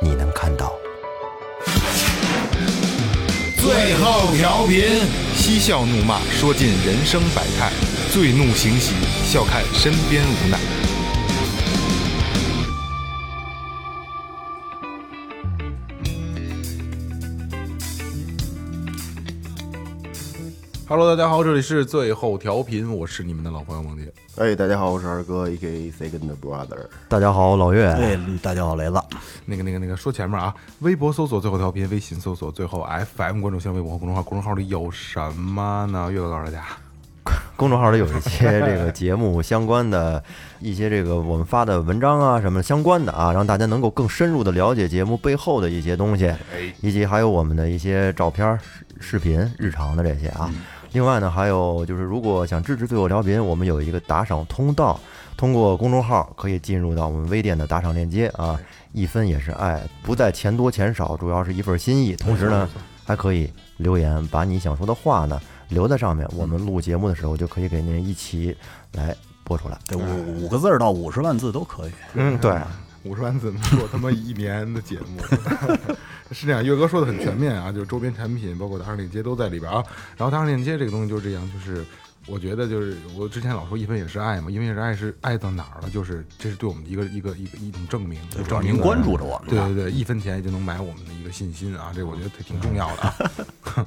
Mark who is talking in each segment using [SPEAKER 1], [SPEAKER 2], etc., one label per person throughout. [SPEAKER 1] 你能看到。
[SPEAKER 2] 最后调频，
[SPEAKER 3] 嬉笑怒骂，说尽人生百态；醉怒行喜，笑看身边无奈。Hello，大家好，这里是最后调频，我是你们的老朋友王杰。
[SPEAKER 4] 哎，大家好，我是二哥，A.K.A. Second Brother。
[SPEAKER 1] 大家好，老岳。
[SPEAKER 5] 哎，大家好，雷子，
[SPEAKER 3] 那个、那个、那个，说前面啊，微博搜索最后调频，微信搜索最后 FM，关注新浪微博和公众号，公众号里有什么呢？月哥告诉大家，
[SPEAKER 1] 公众号里有一些这个节目相关的一些这个我们发的文章啊，什么相关的啊，让大家能够更深入的了解节目背后的一些东西，以及还有我们的一些照片、视视频、日常的这些啊。另外呢，还有就是如果想支持最后调频，我们有一个打赏通道，通过公众号可以进入到我们微店的打赏链接啊，一分也是爱，不在钱多钱少，主要是一份心意。同时呢，还可以留言，把你想说的话呢留在上面，我们录节目的时候就可以给您一起来播出来。
[SPEAKER 5] 对，五五个字儿到五十万字都可以。
[SPEAKER 1] 嗯，对，
[SPEAKER 3] 五十万字做他妈一年的节目， 是这样。月哥说的很全面啊，就是周边产品，包括打赏链接都在里边啊。然后打赏链接这个东西就是这样，就是我觉得就是我之前老说一分也是爱嘛，一分也是爱是爱到哪儿了，就是这是对我们的一个一个一个一种证明，就证
[SPEAKER 5] 证明关注着我们
[SPEAKER 3] 对对对，一分钱也就能买我们的一个信心啊，这我觉得挺重要的 啊。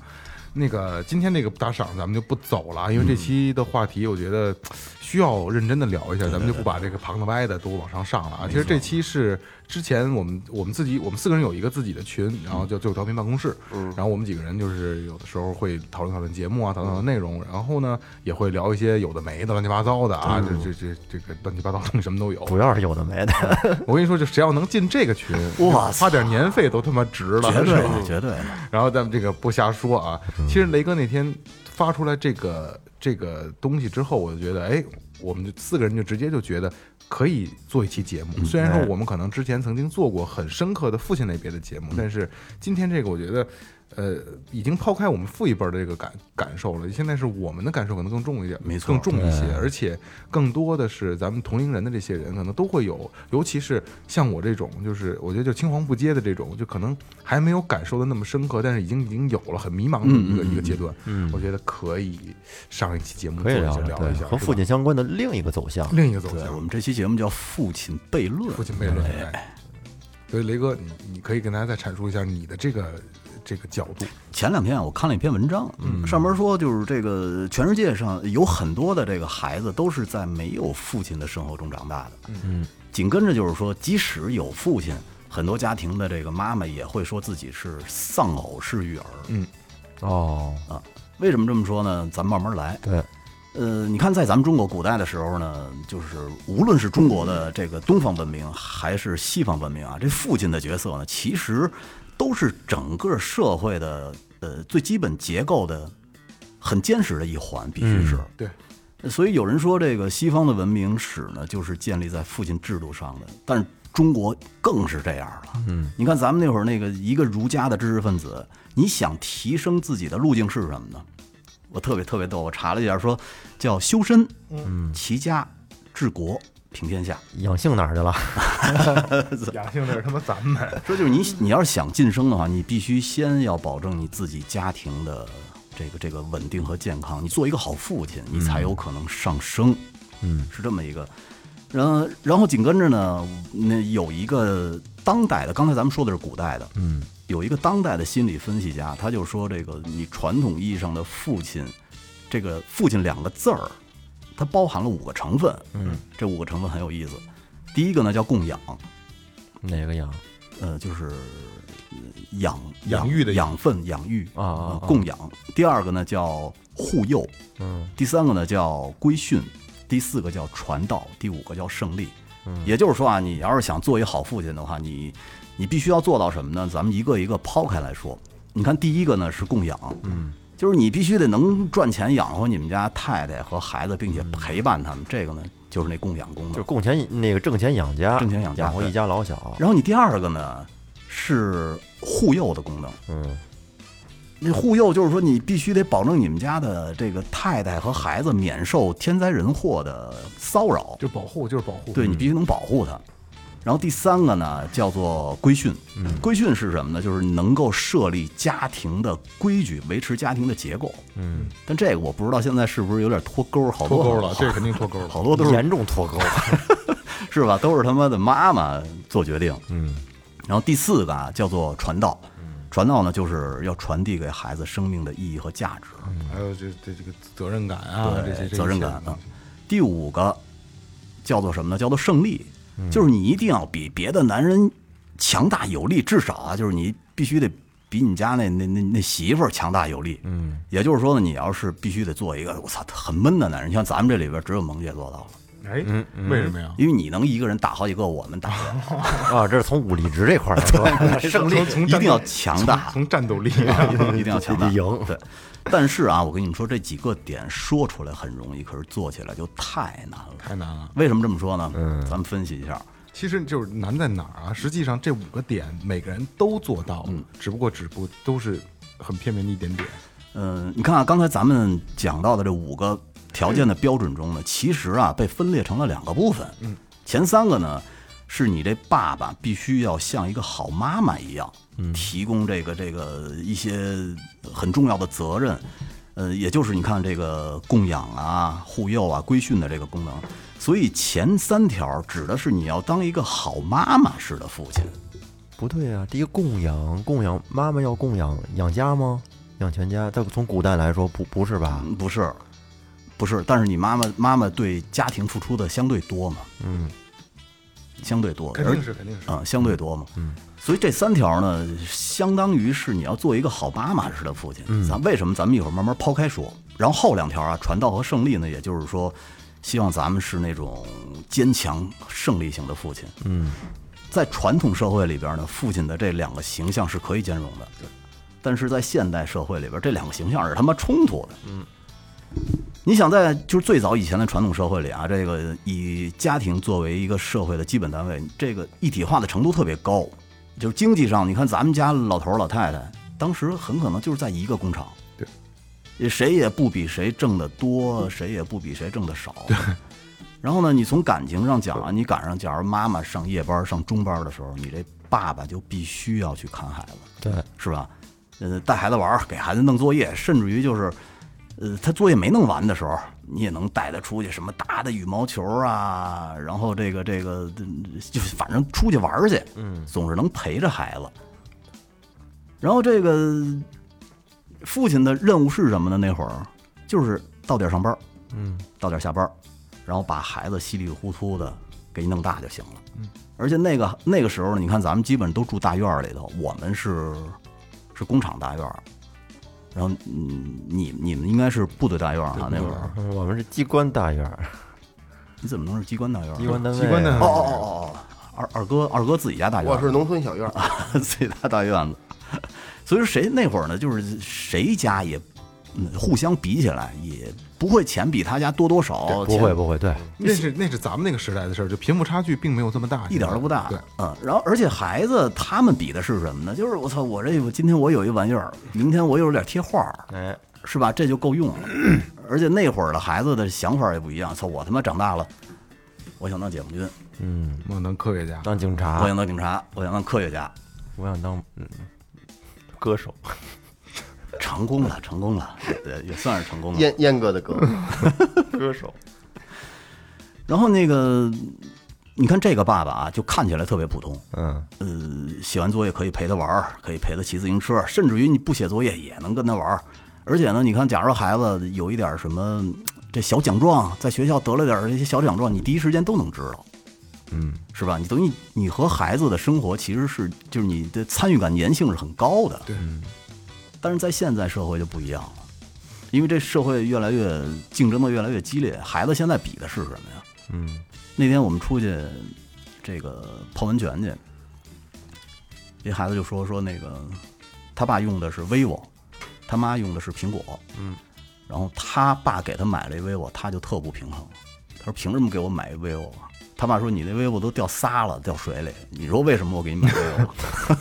[SPEAKER 3] 那个今天这个打赏咱们就不走了啊，因为
[SPEAKER 5] 嗯
[SPEAKER 3] 这期的话题我觉得需要认真的聊一下，咱们就不把这个旁的歪的都往上上了啊。其实这期是之前我们我们自己我们四个人有一个自己的群，然
[SPEAKER 5] 嗯
[SPEAKER 3] 后叫最后调频办公室，然后我们几个人就是有的时候会讨论讨论节目啊，讨论讨论
[SPEAKER 5] 嗯
[SPEAKER 3] 内容，然后呢也会聊一些有的没的乱七八糟的啊，
[SPEAKER 5] 嗯
[SPEAKER 3] 这这这这个乱七八糟东西什么都有。
[SPEAKER 1] 主要是有的没的。
[SPEAKER 3] 我跟你说，就谁要能进这个群，
[SPEAKER 5] 哇
[SPEAKER 3] 花点年费都他妈值了，
[SPEAKER 5] 绝
[SPEAKER 3] 是
[SPEAKER 5] 对
[SPEAKER 3] 吧
[SPEAKER 5] 的，绝对嗯的，
[SPEAKER 3] 然后咱们这个不瞎说啊。其实雷哥那天发出来这个这个东西之后，我就觉得，哎，我们就四个人就直接就觉得可以做一期节目。
[SPEAKER 5] 嗯
[SPEAKER 3] 虽然说
[SPEAKER 5] 哎
[SPEAKER 3] 我们可能之前曾经做过很深刻的父亲那边的节目，
[SPEAKER 5] 嗯
[SPEAKER 3] 但是今天这个我觉得。呃，已经抛开我们父一辈儿的这个感感受了，现在是我们的感受可能更重一点，
[SPEAKER 5] 没错
[SPEAKER 3] 更重一些，而且更多的是咱们同龄人的这些人可能都会有，尤其是像我这种，就是我觉得就青黄不接的这种，就可能还没有感受的那么深刻，但是已经已经有了很迷茫的一个、一个阶段，嗯，我觉得可以上一期节目
[SPEAKER 1] 可以
[SPEAKER 3] 做一
[SPEAKER 1] 聊
[SPEAKER 3] 下
[SPEAKER 1] 聊
[SPEAKER 3] 聊一下
[SPEAKER 1] 和
[SPEAKER 3] 是
[SPEAKER 1] 父
[SPEAKER 3] 吧
[SPEAKER 1] 亲相关的另一个走向。
[SPEAKER 3] 另一个走
[SPEAKER 5] 对我
[SPEAKER 3] 向，
[SPEAKER 5] 们这期节目叫《父亲悖论》，
[SPEAKER 3] 父亲悖论。哎所以雷哥，你你可以跟大家再阐述一下你的这个这个角度，
[SPEAKER 5] 前两天啊我看了一篇文章，上面说就是这个全世界上有很多的这个孩子都是在没有父亲的生活中长大的，嗯，紧跟着就是说，即使有父亲，很多家庭的这个妈妈也会说自己是丧偶式育儿，嗯
[SPEAKER 1] 哦，
[SPEAKER 5] 啊，为什么这么说呢？咱慢慢来，
[SPEAKER 1] 对，
[SPEAKER 5] 呃，你看，在咱们中国古代的时候呢，就是无论是中国的这个东方文明还是西方文明啊，这父亲的角色呢，其实都是整个社会的呃最基本结构的很坚实的一环，必须是。
[SPEAKER 3] 对，
[SPEAKER 5] 所以有人说，这个西方的文明史呢，就是建立在父亲制度上的，但是中国更是这样了。嗯，你看咱们那会儿那个一个儒家的知识分子，你想提升自己的路径是什么呢？我特别特别逗，我查了一下，说叫修身，嗯，齐家治国平天下。
[SPEAKER 1] 养性哪儿去了？
[SPEAKER 3] 雅兴那是他妈咱们，啊
[SPEAKER 5] 说就是你你要是想晋升的话，你必须先要保证你自己家庭的这个这个稳定和健康，你做一个好父亲，你才有可能上升。嗯，是这么一个。然后然后紧跟着呢，那有一个当代的，刚才咱们说的是古代的，嗯，有一个当代的心理分析家，他就说这个你传统意义上的父亲，这个父亲两个字儿，它包含了五个成分。嗯，这五个成分很有意思。第一个呢叫供养，
[SPEAKER 1] 嗯哪个养？
[SPEAKER 5] 呃，就是呃养
[SPEAKER 3] 养育的哦养
[SPEAKER 5] 养分、养育
[SPEAKER 1] 啊啊
[SPEAKER 5] 呃供养。第二个呢叫护佑，
[SPEAKER 1] 嗯，
[SPEAKER 5] 第三个呢叫规训，第四个叫传道，第五个叫胜利。
[SPEAKER 1] 嗯
[SPEAKER 5] 也就是说啊，你要是想做一好父亲的话，你你必须要做到什么呢？咱们一个一个抛开来说。你看第一个呢是供养，嗯，就是你必须得能赚钱养活你们家太太和孩子，并且陪伴他们。这个呢就是那供养功
[SPEAKER 1] 就是
[SPEAKER 5] 能。
[SPEAKER 1] 供钱那个挣钱养家，
[SPEAKER 5] 挣钱养家
[SPEAKER 1] 活一家老小。
[SPEAKER 5] 然后你第二个呢是护幼的功能，
[SPEAKER 1] 嗯，
[SPEAKER 5] 那护幼就是说，你必须得保证你们家的这个太太和孩子免受天灾人祸的骚扰，
[SPEAKER 3] 就保护，就是保护。
[SPEAKER 5] 对你必须能保护他。然后第三个呢，叫做规训。
[SPEAKER 3] 嗯
[SPEAKER 5] 规训是什么呢？就是能够设立家庭的规矩，维持家庭的结构。嗯，但这个我不知道现在是不是有点脱钩，好多
[SPEAKER 3] 脱钩了，这肯定脱钩了。
[SPEAKER 5] 好多都是
[SPEAKER 1] 严重脱 钩。
[SPEAKER 5] 是吧？都是他妈的妈妈做决定。
[SPEAKER 1] 嗯，
[SPEAKER 5] 然后第四个啊，叫做传道。
[SPEAKER 3] 嗯
[SPEAKER 5] 传道呢，就是要传递给孩子生命的意义和价值。
[SPEAKER 3] 嗯还有这这这个责任感啊，这
[SPEAKER 5] 对
[SPEAKER 3] 些这
[SPEAKER 5] 责任
[SPEAKER 3] 一切
[SPEAKER 5] 感
[SPEAKER 3] 的
[SPEAKER 5] 啊。第五个叫做什么呢？叫做胜利，
[SPEAKER 3] 嗯
[SPEAKER 5] 就是你一定要比别的男人强大有力，至少啊，就是你必须得比你家那那那那媳妇儿强大有力。嗯，也就是说呢，你要是必须得做一个我操很闷的男人，像咱们这里边只有萌姐做到了，
[SPEAKER 3] 哎，
[SPEAKER 5] 嗯
[SPEAKER 3] 为什么呀？
[SPEAKER 5] 因为你能一个人打好几个，我们打 不了，
[SPEAKER 1] 啊，这是从武力值这块儿来说，
[SPEAKER 3] 胜利从
[SPEAKER 5] 一定要强 大
[SPEAKER 3] 从从战斗力
[SPEAKER 5] 啊一定一定要强大
[SPEAKER 1] 得赢
[SPEAKER 5] 对，但是啊，我跟你们说，这几个点说出来很容易，可是做起来就太难了。
[SPEAKER 3] 太难了。
[SPEAKER 5] 为什么这么说呢？嗯，咱们分析一下。
[SPEAKER 3] 其实就是难在哪儿啊？实际上这五个点每个人都做到了，只不过只不过都是很片面的一点点。
[SPEAKER 5] 嗯，你看啊，刚才咱们讲到的这五个条件的标准中呢，其实啊被分裂成了两个部分。嗯，前三个呢，是你这爸爸必须要像一个好妈妈一样，提供这个这个一些很重要的责任，呃，也就是你看这个供养啊、护幼啊、规训的这个功能。所以前三条指的是你要当一个好妈妈式的父亲。
[SPEAKER 1] 不对啊，第一个供养，供养妈妈要供养养家吗？养全家，但从古代来说，不不是吧？
[SPEAKER 5] 嗯，不是，不是，但是你妈妈妈妈对家庭付出的相对多嘛，嗯，相对多，
[SPEAKER 3] 肯定是肯定是
[SPEAKER 5] 而啊、相对多嘛，嗯，所以这三条呢，相当于是你要做一个好妈妈似的父亲。咱为什么咱们一会儿慢慢抛开说，然后后两条啊，传道和胜利呢，也就是说，希望咱们是那种坚强胜利型的父亲，嗯。在传统社会里边呢，父亲的这两个形象是可以兼容的，但是在现代社会里边，这两个形象是他妈冲突的。你想在就是最早以前的传统社会里啊，这个以家庭作为一个社会的基本单位，这个一体化的程度特别高。就是经济上，你看咱们家老头儿老太太，当时很可能就是在一个工厂，对，谁也不比谁挣得多，谁也不比谁挣得少。对。然后呢，你从感情上讲啊，你赶上假如妈妈上夜班、上中班的时候，你这爸爸就必须要去看孩子。
[SPEAKER 1] 对，
[SPEAKER 5] 是吧？呃，带孩子玩儿，给孩子弄作业，甚至于就是，呃，他作业没弄完的时候，你也能带他出去，什么打打羽毛球啊，然后这个这个，嗯就是反正出去玩儿去，嗯，总是能陪着孩子。然后这个父亲的任务是什么呢？那会儿就是到点儿上班，嗯，到点儿下班儿，然后把孩子稀里糊涂的给你弄大就行了。而且那个那个时候，你看咱们基本都住大院儿里头，我们是是工厂大院儿，然后嗯，你你们应该是部队大院儿哈，那会儿
[SPEAKER 1] 嗯我们是机关大院儿，
[SPEAKER 5] 你怎么能是机关大院儿？
[SPEAKER 1] 机关单位，啊
[SPEAKER 3] 机关
[SPEAKER 5] 哦
[SPEAKER 3] 的
[SPEAKER 5] 哦哦哦哦，二二哥二哥自己家大院儿，
[SPEAKER 4] 我是农村小院儿，
[SPEAKER 5] 自己家大院子，所以说谁那会儿呢，就是谁家也嗯互相比起来也不会钱比他家多多
[SPEAKER 1] 不
[SPEAKER 5] 少，钱
[SPEAKER 1] 会不会，对，
[SPEAKER 5] 嗯
[SPEAKER 3] 那是那是咱们那个时代的事儿，就贫富差距并没有这么大，
[SPEAKER 5] 一点儿都不大。
[SPEAKER 3] 对，
[SPEAKER 5] 嗯，然后而且孩子他们比的是什么呢？就是我操，我这我今天我有一玩意儿，明天我有点贴画儿，
[SPEAKER 1] 哎，
[SPEAKER 5] 是吧？这就够用了。而且那会儿的孩子的想法也不一样，操，我他妈长大了，我想当解放军，
[SPEAKER 3] 我能科学家，
[SPEAKER 1] 当警察
[SPEAKER 5] 我，想当警察，我想当科学家，
[SPEAKER 1] 我想当嗯歌手，
[SPEAKER 5] 成功了，成功了，也也算是成功了。
[SPEAKER 4] 燕燕哥的歌，
[SPEAKER 1] 歌手，
[SPEAKER 5] 然后那个，你看这个爸爸啊，就看起来特别普通，
[SPEAKER 1] 嗯，
[SPEAKER 5] 呃，写完作业可以陪他玩儿，可以陪他骑自行车，甚至于你不写作业也能跟他玩儿。而且呢，你看，假如孩子有一点什么嗯这小奖状，在学校得了点儿这些小奖状，你第一时间都能知道，嗯，是吧？你等于你和孩子的生活其实是就是你的参与感粘性是很高的，
[SPEAKER 3] 对，
[SPEAKER 5] 但是在现在社会就不一样了，因为这社会越来越竞争的越来越激烈，孩子现在比的是什么呀？
[SPEAKER 1] 嗯，
[SPEAKER 5] 那天我们出去这个泡温泉去，这孩子就说说那个他爸用的是 vivo，他妈用的是苹果，嗯，然后他爸给他买了一 vivo，他就特不平衡，他说凭什么给我买一 vivo 啊？他爸说你那 vivo 都掉仨了，掉水里，你说为什么我给你买 vivo？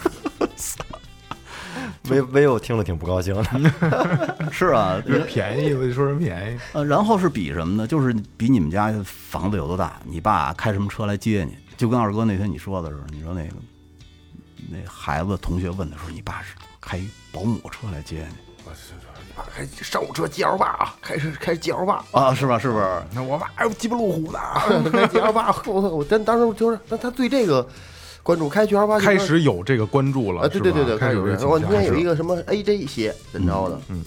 [SPEAKER 1] 微微我听了挺不高兴的，
[SPEAKER 5] 是啊，
[SPEAKER 3] 就是便宜，我就说人便宜，
[SPEAKER 5] 呃，然后是比什么呢？就是比你们家房子有多大，你爸开什么车来接你。就跟二哥那天你说的时候，你说那个那孩子同学问的时候，你爸是开保姆车来接你
[SPEAKER 4] 开商务车 G L 八啊，开车开 G L 八。
[SPEAKER 5] 啊？是吧？是不是？
[SPEAKER 4] 那我爸还有鸡巴路虎呢，啊开 G L 八，我我我当当时我就是，那他对这个关注，开 G L 八
[SPEAKER 3] 开始有这个关注了，
[SPEAKER 4] 啊，对对
[SPEAKER 3] 是吧
[SPEAKER 4] 对对，
[SPEAKER 3] 开
[SPEAKER 4] 开
[SPEAKER 3] 始
[SPEAKER 4] 始
[SPEAKER 3] 有这
[SPEAKER 4] 我
[SPEAKER 3] 倾
[SPEAKER 4] 那
[SPEAKER 3] 向
[SPEAKER 4] 天有
[SPEAKER 3] 是
[SPEAKER 4] 一个什么 A J 鞋怎么着的，嗯，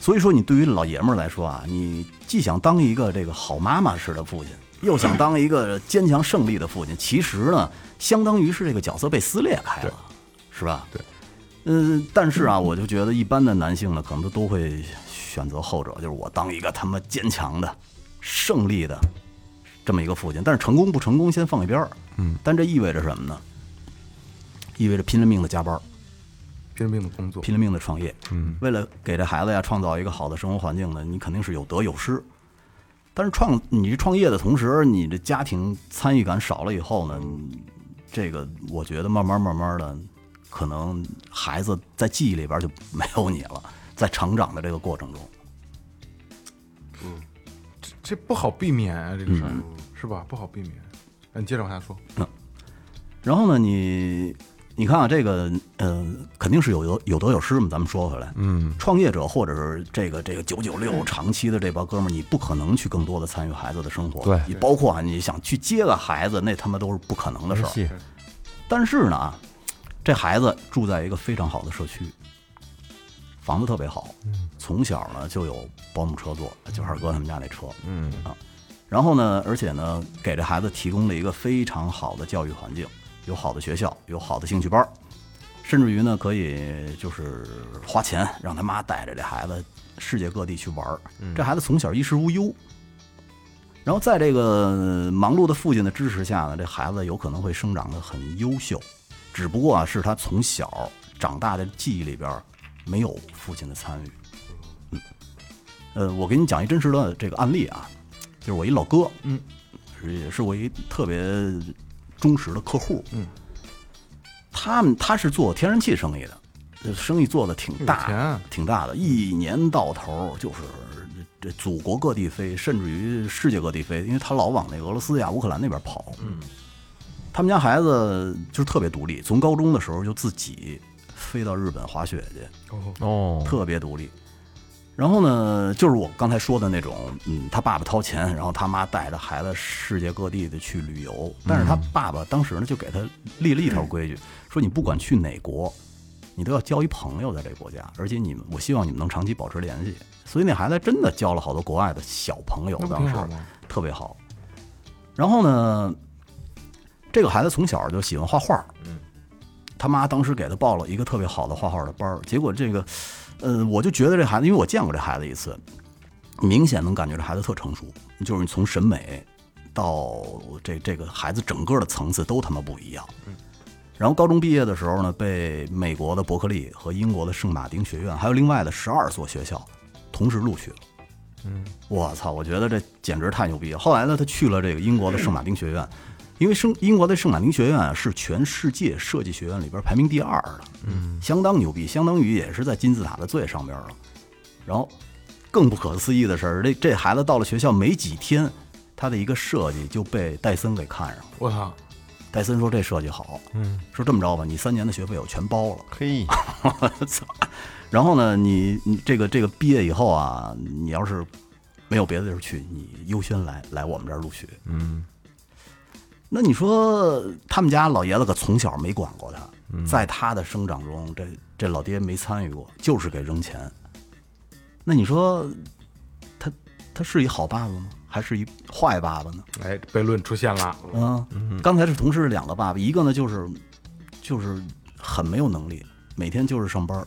[SPEAKER 5] 所以说，你对于老爷们儿来说啊，你既想当一个这个好妈妈式的父亲，又想当一个坚强胜利的父亲，其实呢，相当于是这个角色被撕裂开了，是吧？
[SPEAKER 3] 对。
[SPEAKER 5] 嗯，但是啊，我就觉得一般的男性呢，可能都都会选择后者，就是我当一个他妈坚强的、胜利的这么一个父亲。但是成功不成功先放一边儿，嗯。但这意味着什么呢？意味着拼了命的加班儿，
[SPEAKER 3] 拼命的工作，
[SPEAKER 5] 拼了命的创业，嗯，为了给这孩子呀创造一个好的生活环境呢，你肯定是有得有失。但是创你这创业的同时，你这家庭参与感少了以后呢，你这个我觉得慢慢慢慢的，可能孩子在记忆里边就没有你了，在成长的这个过程中，
[SPEAKER 3] 这不好避免啊，这个事
[SPEAKER 4] 嗯
[SPEAKER 3] 儿是吧？不好避免。那你接着往下说，
[SPEAKER 5] 然后呢，你你看啊，这个呃，肯定是有得有得有失嘛。咱们说回来，嗯，创业者或者是这个这个九九六长期的这帮哥们儿，你不可能去更多的参与孩子的生活，
[SPEAKER 1] 对
[SPEAKER 5] 你包括啊，你想去接个孩子，那他妈都是不可能的事儿。
[SPEAKER 1] 戏
[SPEAKER 5] 但是呢啊，这孩子住在一个非常好的社区，房子特别好，从小呢就有保姆车坐，就是二哥他们家那车，嗯啊，然后呢，而且呢，给这孩子提供了一个非常好的教育环境，有好的学校，有好的兴趣班儿，甚至于呢，可以就是花钱让他妈带着这孩子世界各地去玩儿，这孩子从小衣食无忧。然后在这个忙碌的父亲的支持下呢，这孩子有可能会生长得很优秀，只不过啊是他从小长大的记忆里边儿没有父亲的参与。嗯，呃，我给你讲一真实的这个案例啊，就是我一老哥，嗯，也是我一特别忠实的客户，嗯，他们他是做天然气生意的，这生意做的挺
[SPEAKER 3] 有钱
[SPEAKER 5] 大
[SPEAKER 3] 啊，
[SPEAKER 5] 挺大的，一年到头儿就是这祖国各地飞，甚至于世界各地飞，因为他老往那俄罗斯呀、乌克兰那边跑。嗯，他们家孩子就是特别独立，从高中的时候就自己飞到日本滑雪去，
[SPEAKER 1] 哦，
[SPEAKER 5] 特别独立。然后呢，就是我刚才说的那种，嗯，他爸爸掏钱，然后他妈带着孩子世界各地的去旅游。但是他爸爸当时呢，就给他立了一条规矩，说你不管去哪国，你都要交一朋友在这个国家，而且你们，我希望你们能长期保持联系。所以那孩子真的交了好多国外的小朋友
[SPEAKER 3] 那，不
[SPEAKER 5] 当
[SPEAKER 3] 挺
[SPEAKER 5] 时
[SPEAKER 3] 好吗？
[SPEAKER 5] 特别好。然后呢，这个孩子从小就喜欢画画，嗯，他妈当时给他报了一个特别好的画画的班儿，结果这个，呃，我就觉得这孩子，因为我见过这孩子一次，明显能感觉这孩子特成熟，就是你从审美到这这个孩子整个的层次都他妈不一样。然后高中毕业的时候呢，被美国的伯克利和英国的圣马丁学院，还有另外的十二所学校同时录取了。我操，我觉得这简直太牛逼了。后来呢，他去了这个英国的圣马丁学院，因为圣英国的圣马丁学院啊是全世界设计学院里边排名第二的，嗯，相当牛逼，相当于也是在金字塔的最上边了。然后更不可思议的是，这这孩子到了学校没几天，他的一个设计就被戴森给看上了。
[SPEAKER 3] 我操，
[SPEAKER 5] 戴森说这设计好，嗯，说这么着吧，你三年的学费我全包了。
[SPEAKER 1] 嘿，
[SPEAKER 5] 操！ 然后呢，你你这个这个毕业以后啊，你要是没有别的地儿去，你优先来来我们这儿录取。嗯，那你说他们家老爷子可从小没管过他，在他的生长中，这这老爹没参与过，就是给扔钱。那你说他他是一好爸爸吗？还是一坏爸爸呢？
[SPEAKER 3] 哎，悖论出现了，
[SPEAKER 5] 啊，刚才是同时两个爸爸，一个呢就是就是很没有能力，每天就是上班儿，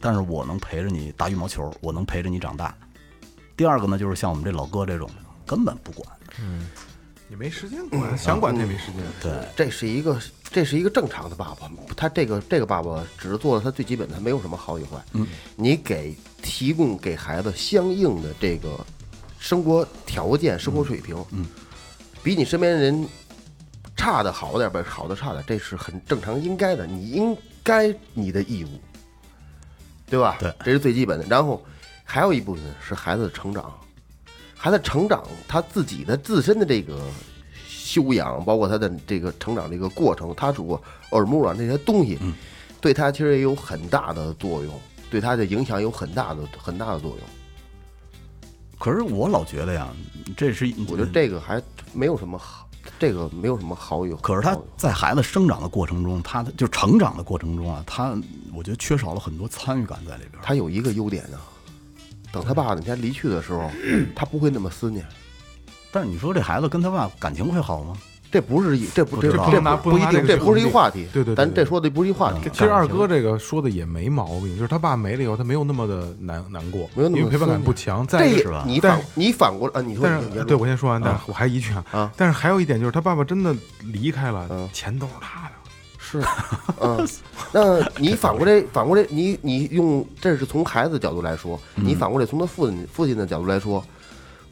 [SPEAKER 5] 但是我能陪着你打羽毛球，我能陪着你长大。第二个呢，就是像我们这老哥这种，根本不管。嗯，
[SPEAKER 3] 你没时间管，想管他也没时间。
[SPEAKER 4] 这是一个这是一个正常的爸爸，他这个这个爸爸只做了他最基本的，他没有什么好与坏。嗯，你给提供给孩子相应的这个生活条件、生活水平，嗯，比你身边人差的好点儿呗，好的差点儿，这是很正常应该的，你应该你的义务，对吧？
[SPEAKER 5] 对
[SPEAKER 4] 这是最基本的。然后还有一部分是孩子的成长，孩子成长他自己的自身的这个修养，包括他的这个成长这个过程，他主耳濡目染这些东西，
[SPEAKER 5] 嗯
[SPEAKER 4] 对他其实也有很大的作用，对他的影响有很大的很大的作用。
[SPEAKER 5] 嗯可是我老觉得呀，这是
[SPEAKER 4] 我觉得这个还没有什么好，这个没有什么好与
[SPEAKER 5] 可是他
[SPEAKER 4] 好与
[SPEAKER 5] 在孩子生长的过程中，他的就成长的过程中啊，他我觉得缺少了很多参与感在里边儿。
[SPEAKER 4] 他有一个优点呢、等他爸哪天离去的时 候，他不会那么思念。
[SPEAKER 5] 但是你说这孩子跟他爸感情会好吗？
[SPEAKER 4] 这不是一，这不这
[SPEAKER 5] 知道
[SPEAKER 4] 这
[SPEAKER 5] 不
[SPEAKER 3] 拿
[SPEAKER 4] 不一
[SPEAKER 3] 不拿这
[SPEAKER 4] 定，
[SPEAKER 3] 个
[SPEAKER 4] 这不是
[SPEAKER 3] 举
[SPEAKER 4] 一
[SPEAKER 3] 例
[SPEAKER 4] 话题。
[SPEAKER 3] 对对对
[SPEAKER 4] 咱
[SPEAKER 3] 对
[SPEAKER 4] 这说的不是一话题。
[SPEAKER 3] 嗯
[SPEAKER 5] 嗯
[SPEAKER 3] 其实二哥这个说的也没毛病，就是他爸没了以后，他没有那么的难难过，
[SPEAKER 4] 没有那么
[SPEAKER 3] 因为陪伴感不强。再一
[SPEAKER 4] 这
[SPEAKER 3] 个
[SPEAKER 4] 个
[SPEAKER 5] 吧
[SPEAKER 4] 你
[SPEAKER 3] 但
[SPEAKER 4] 反你反过来啊？你说
[SPEAKER 3] 但
[SPEAKER 4] 你
[SPEAKER 3] 是
[SPEAKER 4] 先
[SPEAKER 3] 对
[SPEAKER 4] 说
[SPEAKER 3] 我先说完，但是我还一句啊，
[SPEAKER 4] 啊
[SPEAKER 3] 但是还有一点就是他爸爸真的离开了，
[SPEAKER 4] 嗯
[SPEAKER 3] 钱都是他的。
[SPEAKER 4] 是， 嗯，那你反过来，反过来，你你用这是从孩子角度来说，你反过来从他父亲父亲的角度来说，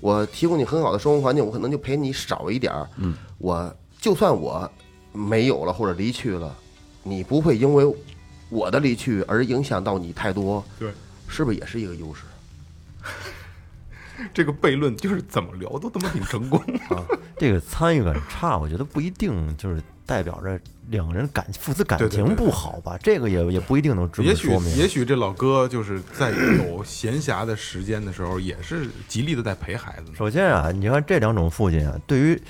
[SPEAKER 4] 我提供你很好的生活环境，我可能就陪你少一点儿，嗯，我就算我没有了或者离去了，你不会因为我的离去而影响到你太多，
[SPEAKER 3] 对，
[SPEAKER 4] 是不是也是一个优势？
[SPEAKER 3] 这个悖论就是怎么聊都他妈挺成功。
[SPEAKER 1] 这个参与感差，我觉得不一定就是代表着两个人感父子感
[SPEAKER 3] 对对对
[SPEAKER 1] 情不好吧，这个也也不一定能直
[SPEAKER 3] 也
[SPEAKER 1] 接
[SPEAKER 3] 许
[SPEAKER 1] 说明。
[SPEAKER 3] 也许这老哥就是在有闲暇的时间的时候，也是极力的在陪孩
[SPEAKER 5] 嗯
[SPEAKER 3] 子呢。
[SPEAKER 1] 首先啊，你看这两种父亲啊，对于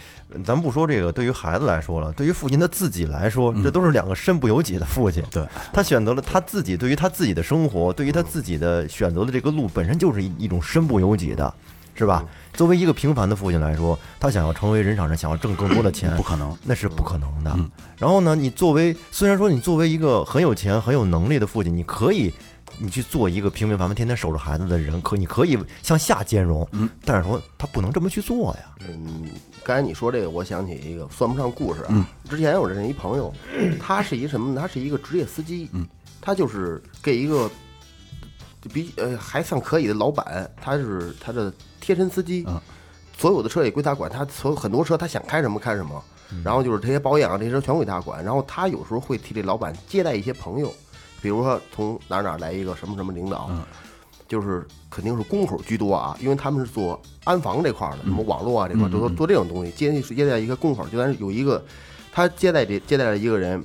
[SPEAKER 1] 咱不说这个，对于孩子来说了，对于父亲他自己来说，这都是两个身不由己的父亲。
[SPEAKER 5] 嗯对，嗯
[SPEAKER 1] 他选择了他自己对于他自己的生活，对于他自己的选择的这个路，本身就是一一种身不由己的，是吧？
[SPEAKER 5] 嗯
[SPEAKER 1] 作为一个平凡的父亲来说，他想要成为人上人，想要挣更多的钱，
[SPEAKER 5] 不可能。
[SPEAKER 1] 那是不可能的。然后呢，你作为虽然说你作为一个很有钱、很有能力的父亲，你可以你去做一个平平凡凡、天天守着孩子的人，可你可以向下兼容，但是说他不能这么去做呀。
[SPEAKER 4] 嗯，刚才你说这个，我想起一个算不上故事啊。之前我认识一朋友，他是一什么呢？他是一个职业司机，他就是给一个比呃还算可以的老板，他是他的贴身司机，所有的车也归他管，他所有很多车他想开什么开什么，然后就是这些保养啊这些车全归他管，然后他有时候会替这老板接待一些朋友，比如说从哪儿哪儿来一个什么什么领导，就是肯定是工口居多啊，因为他们是做安防这块儿的，什么网络啊这块儿，就说做这种东西，接接待一个工口，就咱有一个他接待这接待了一个人。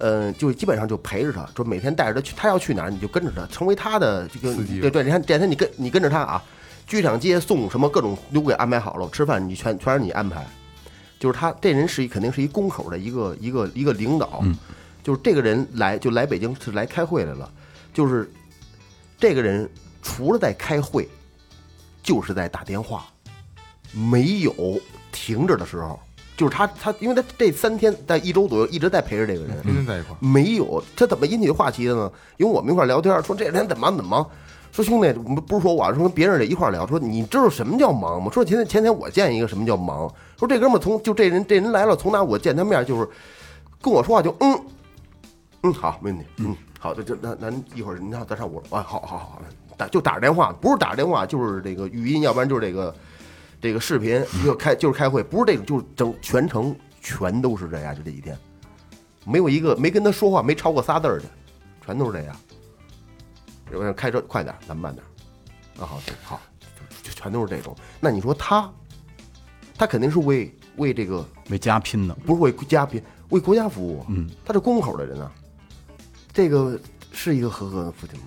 [SPEAKER 4] 嗯，就基本上就陪着他，说每天带着他去，他要去哪儿你就跟着他，成为他的这个
[SPEAKER 3] 司机
[SPEAKER 4] 对对，这天这天你跟你跟着他啊，剧场接送什么各种都给安排好了，吃饭你全全是你安排，就是他这人是一肯定是一工口的一个一个一个领导，
[SPEAKER 3] 嗯
[SPEAKER 4] 就是这个人来就来北京是来开会来了，就是这个人除了在开会，就是在打电话，没有停着的时候，就是他他因为他这三天在一周左右一直在陪着这个人，
[SPEAKER 3] 天天在一块儿，
[SPEAKER 4] 没有，他怎么引起话题的呢？因为我们一块儿聊天，说这人怎么忙怎么忙，说兄弟，不是说我啊，说跟别人也一块儿聊，说你知道什么叫忙吗？说前天前天我见一个什么叫忙，说这哥们儿从就这人这人来了，从哪我见他面就是跟我说话就嗯嗯好没问题，嗯好，这这那咱一会儿你看咱上屋了，啊好好好，打就打着电话，不是打着电话就是这个语音，要不然就是这个这个视频，就开就是开会，不是这种就是整全程全都是这样，就这几天。没有一个没跟他说话没超过仨字儿的，全都是这样。有人开车快点儿，咱们慢点儿。啊，好，对好，就就全都是这种。那你说他，他肯定是为为这个
[SPEAKER 5] 为家拼的，
[SPEAKER 4] 不是为家别为国家服务，嗯，他是公口的人啊，这个是一个合格的父亲吗？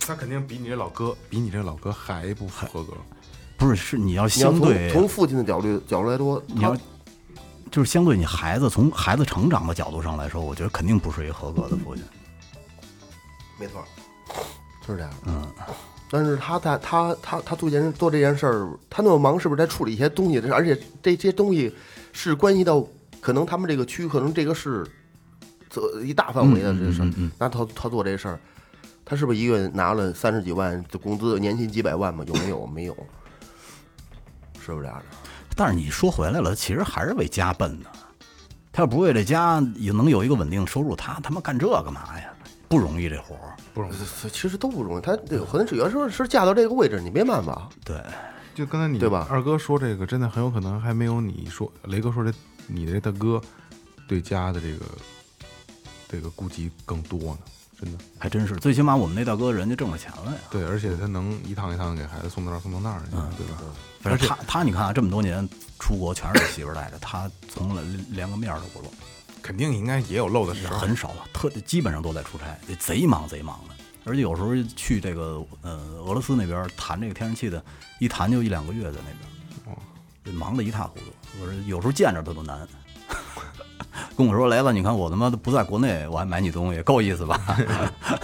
[SPEAKER 3] 他肯定比你这老哥，比你这老哥还不符合格。
[SPEAKER 5] 不是是你要
[SPEAKER 4] 你要
[SPEAKER 5] 相
[SPEAKER 4] 从
[SPEAKER 5] 对
[SPEAKER 4] 从父亲的角度角度来说，
[SPEAKER 5] 你
[SPEAKER 4] 他
[SPEAKER 5] 要就是相对你孩子从孩子成长的角度上来说，我觉得肯定不是一个合格的父亲。
[SPEAKER 4] 没错，就是这样。嗯，但是他在他他他做件做这件事儿，他那么忙，是不是在处理一些东西？而且这些东西是关系到可能他们这个区，可能这个市，这一大范围的这事儿。那他他做这事儿，他是不是一个月拿了三十几万的工资，年薪几百万嘛？有没有？没有，是不是这样的？
[SPEAKER 5] 但是你说回来了，其实还是为家奔呢。他要不为了家也能有一个稳定收入，他他妈干这干嘛呀？不容易这活儿。
[SPEAKER 3] 不容易。
[SPEAKER 4] 其实都不容易。他有可能只要是是嫁到这个位置，你没办法。
[SPEAKER 5] 对，
[SPEAKER 3] 就刚才你
[SPEAKER 4] 对吧
[SPEAKER 3] 二哥说这个，真的很有可能还没有你说雷哥说这你的这大哥对家的这个这个顾及更多呢，真的。
[SPEAKER 5] 还真是。最起码我们那大哥人家挣着钱了呀。
[SPEAKER 3] 对，而且他能一趟一趟给孩子送到那儿送到那儿去，对吧？
[SPEAKER 5] 反正他他你看啊，这么多年出国全是他媳妇儿带着，他从来连个面儿都不露。
[SPEAKER 3] 肯定应该也有漏的时候，
[SPEAKER 5] 很少啊，特基本上都在出差，贼忙贼忙的。而且有时候去这个呃俄罗斯那边谈这个天然气的，一谈就一两个月在那边，
[SPEAKER 3] 哦
[SPEAKER 5] 就忙得一塌糊涂。我说有时候见着他都难， 跟我说来了，你看我他妈的不在国内，我还买你东西，够意思吧？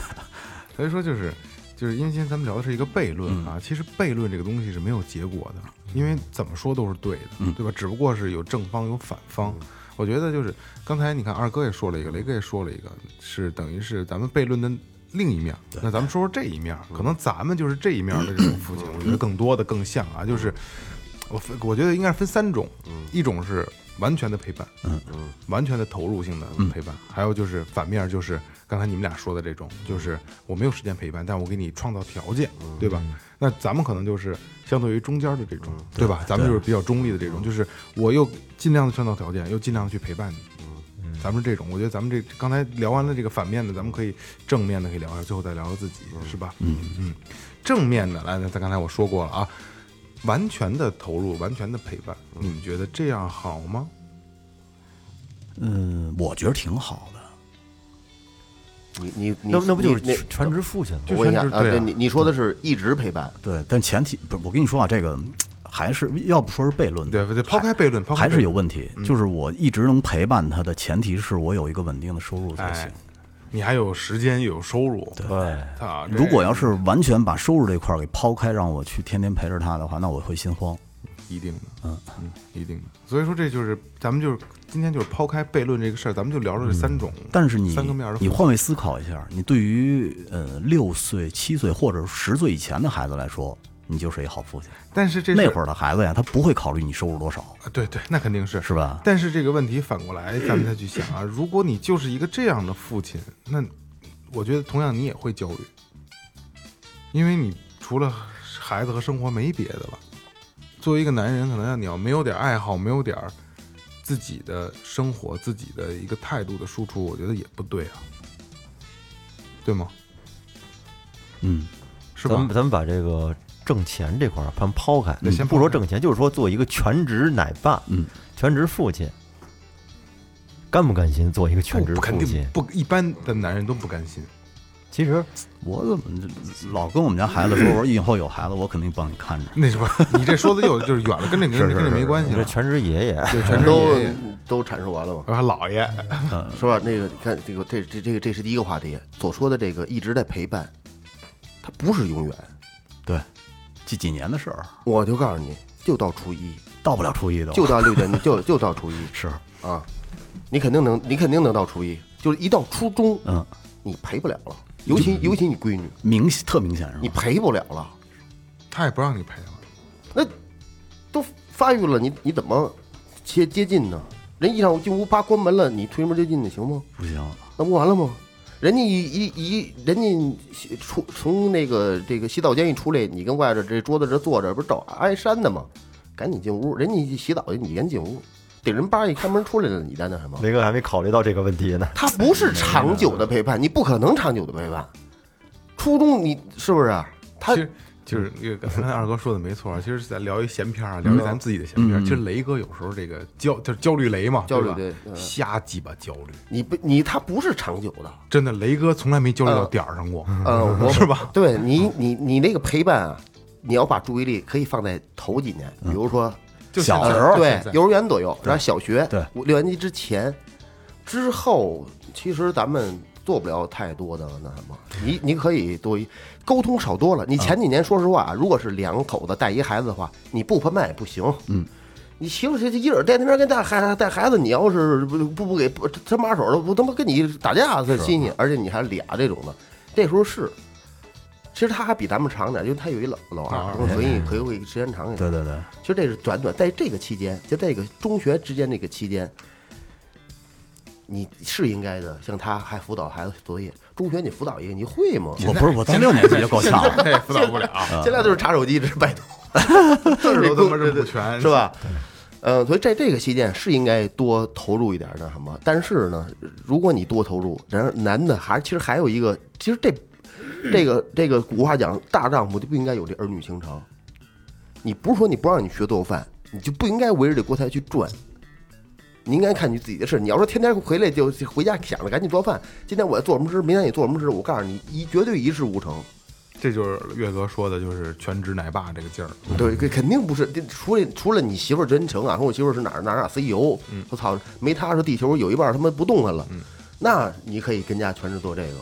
[SPEAKER 3] 所以说就是就是因为今天咱们聊的是一个悖论啊，其实悖论这个东西是没有结果的，因为怎么说都是对的，对吧？只不过是有正方有反方。我觉得就是刚才你看二哥也说了一个，雷哥也说了一个，是等于是咱们悖论的另一面。那咱们说说这一面，可能咱们就是这一面的这种父亲，我觉得更多的更像啊，就是我分我觉得应该是分三种，一种是完全的陪伴，嗯嗯，完全的投入性的陪伴，还有就是反面就是刚才你们俩说的这种，就是我没有时间陪伴，但我给你创造条件，对吧？那咱们可能就是相对于中间的这种，嗯对嗯吧？咱们就是比较中立的这种，就是我又尽量的创造条件，又尽量地去陪伴你。咱们这种，我觉得咱们这刚才聊完了这个反面的，咱们可以正面的可以聊一下，最后再聊聊自己，是吧？嗯嗯，正面的来，咱刚才我说过了啊，完全的投入，完全的陪伴，你们觉得这样好吗？
[SPEAKER 5] 嗯，我觉得挺好的，
[SPEAKER 4] 你你你
[SPEAKER 1] 那那不就
[SPEAKER 4] 你
[SPEAKER 1] 是全职父亲吗？
[SPEAKER 4] 我问一下
[SPEAKER 3] 就全职
[SPEAKER 4] 啊，
[SPEAKER 3] 对啊
[SPEAKER 4] 对你你说的是一直陪伴，
[SPEAKER 5] 对。但前提不是，我跟你说啊，这个还是要不说是悖论，
[SPEAKER 3] 对，对，嗯抛开悖论，抛开
[SPEAKER 5] 还
[SPEAKER 3] 悖
[SPEAKER 5] 是
[SPEAKER 3] 论
[SPEAKER 5] 有问题。就是我一直能陪伴他的前提是我有一个稳定的收入才行
[SPEAKER 3] 哎。，你还有时间又有收入，
[SPEAKER 1] 对，
[SPEAKER 3] 啊，这
[SPEAKER 5] 如果要是完全把收入这块儿给抛开，让我去天天陪着他的话，那我会心慌。
[SPEAKER 3] 一定的，嗯嗯，一定的。所以说，这就是咱们就是今天就是抛开悖论这个事儿，咱们就聊聊这
[SPEAKER 5] 嗯
[SPEAKER 3] 三种，
[SPEAKER 5] 但是你
[SPEAKER 3] 三个面儿的
[SPEAKER 5] 你换位思考一下，你对于呃六岁、七岁或者十岁以前的孩子来说，你就是一好父亲。
[SPEAKER 3] 但是这
[SPEAKER 5] 那
[SPEAKER 3] 事
[SPEAKER 5] 会儿的孩子呀，他不会考虑你收入多少，
[SPEAKER 3] 啊对对，那肯定是
[SPEAKER 5] 是吧？
[SPEAKER 3] 但是这个问题反过来，咱们再去 想啊，如果你就是一个这样的父亲，那我觉得同样你也会焦虑，因为你除了孩子和生活没别的了。作为一个男人，可能要你要没有点爱好，没有点儿自己的生活、自己的一个态度的输出，我觉得也不对啊，对吗？
[SPEAKER 5] 嗯，
[SPEAKER 3] 是
[SPEAKER 1] 咱
[SPEAKER 3] 吧
[SPEAKER 1] 们？咱们把这个挣钱这块儿咱抛开，
[SPEAKER 3] 对先抛
[SPEAKER 1] 不说
[SPEAKER 3] 开
[SPEAKER 1] 挣钱，就是说做一个全职奶爸，
[SPEAKER 5] 嗯，
[SPEAKER 1] 全职父亲，甘不甘心做一个全职
[SPEAKER 3] 不哦肯
[SPEAKER 1] 父
[SPEAKER 3] 定
[SPEAKER 1] 亲？
[SPEAKER 3] 不，一般的男人都不甘心。
[SPEAKER 1] 其实
[SPEAKER 5] 我怎么就老跟我们家孩子说，我说以后有孩子，我肯定帮你看着。
[SPEAKER 3] 那是吧？你这说的又就是远了，跟这跟这跟这没关系
[SPEAKER 1] 你这
[SPEAKER 3] 了。
[SPEAKER 1] 全职爷爷，
[SPEAKER 3] 对，
[SPEAKER 5] 嗯
[SPEAKER 3] 全是
[SPEAKER 4] 都
[SPEAKER 3] 爷爷
[SPEAKER 4] 都阐述完了吗？
[SPEAKER 3] 啊，姥爷，
[SPEAKER 4] 是吧？那个你看这个这这这个这是第一个话题，所说的这个一直在陪伴，它不是永远。
[SPEAKER 5] 对，这几年的事儿，
[SPEAKER 4] 我就告诉你，就到初一，
[SPEAKER 5] 到不了初一的，
[SPEAKER 4] 就到六点，就就到初一
[SPEAKER 5] 是
[SPEAKER 4] 啊，你肯定能，你肯定能到初一，就是一到初中，
[SPEAKER 5] 嗯，
[SPEAKER 4] 你陪不了了，尤其尤其你闺女，
[SPEAKER 5] 明显特明显是
[SPEAKER 4] 你
[SPEAKER 5] 吧？
[SPEAKER 4] 陪不了了，
[SPEAKER 3] 他也不让你陪了。
[SPEAKER 4] 那都发育了，你你怎么接接近呢？人一上进屋，啪关门了，你推门就进去行吗？
[SPEAKER 5] 不行，
[SPEAKER 4] 那不完了吗？人家一一一，人家洗出从那个这个洗澡间一出来，你跟外头这桌子这坐着，不是找挨扇的吗？赶紧进屋，人家一洗澡去，你赶紧进屋，顶人叭一开门出来了，你在那什么？
[SPEAKER 1] 雷哥还没考虑到这个问题呢。
[SPEAKER 4] 他不是长久的陪伴，你不可能长久的陪伴。初中你是不是啊？他
[SPEAKER 3] 其实就是那个刚才二哥说的没错啊，其实咱聊一闲篇儿啊，聊一咱们自己的闲篇儿。其实雷哥有时候这个焦就是焦虑雷嘛，
[SPEAKER 4] 焦虑
[SPEAKER 3] 对吧
[SPEAKER 4] 对嗯
[SPEAKER 3] 瞎鸡巴焦虑，
[SPEAKER 4] 你不你他不是长久的，
[SPEAKER 3] 真的雷哥从来没焦虑到点儿上过，
[SPEAKER 4] 嗯，我
[SPEAKER 3] 是吧？
[SPEAKER 4] 对你你你那个陪伴啊，你要把注意力可以放在头几年，比如说
[SPEAKER 3] 就
[SPEAKER 5] 小
[SPEAKER 3] 现在
[SPEAKER 5] 时
[SPEAKER 4] 呃对
[SPEAKER 3] 现在
[SPEAKER 4] 幼儿园左右，然后小学
[SPEAKER 5] 对
[SPEAKER 4] 五六年级之前，之后其实咱们做不了太多的那什么，你你可以多一沟通少多了。你前几年说实话啊，如果是两口子带一孩子的话，你不陪伴也不行，嗯。你媳妇儿这这一人在那边跟带孩带孩子，你要是不不不给不手把
[SPEAKER 5] 啊
[SPEAKER 4] 手的，不他妈跟你打架才新鲜。而且你还俩这种的，这时候是其实他还比咱们长点，因为他有一老老
[SPEAKER 3] 老
[SPEAKER 4] 二
[SPEAKER 3] 二，
[SPEAKER 4] 所以可以会时间长一点。
[SPEAKER 5] 啊对对对，
[SPEAKER 4] 其实这是短短在这个期间，就在这个中学之间这个期间，你是应该的。像他还辅导孩子写作业，中学你辅导一个，你会吗？
[SPEAKER 5] 我不是我到六年级就够呛了，
[SPEAKER 3] 那也辅导不了，啊
[SPEAKER 5] 啊
[SPEAKER 4] 现在都是查手机，这是百度，字
[SPEAKER 3] 这
[SPEAKER 4] 儿
[SPEAKER 3] 哥
[SPEAKER 4] 都
[SPEAKER 3] 们儿
[SPEAKER 4] 对
[SPEAKER 3] 是
[SPEAKER 4] 对
[SPEAKER 3] 不全
[SPEAKER 4] 是？吧？嗯，所以在这个期间是应该多投入一点那什么，但是呢，如果你多投入，然后男的还其实还有一个，其实这这个这个古话讲，大丈夫就不应该有这儿女情长。你不是说你不让你学做饭，你就不应该围着这锅台去转，你应该看你自己的事儿。你要说天天回来就回家想着赶紧做饭，今天我做什么吃，明天你做什么吃，我告诉你，一绝对一事无成。
[SPEAKER 3] 这就是岳哥说的，就是全职奶爸这个劲儿。
[SPEAKER 4] 对，肯肯定不是。这除了除了你媳妇儿真诚啊，说我媳妇儿是哪儿哪儿哪儿 CEO，我操，没她说地球有一半儿他妈不动弹了。那你可以跟家全职做这个，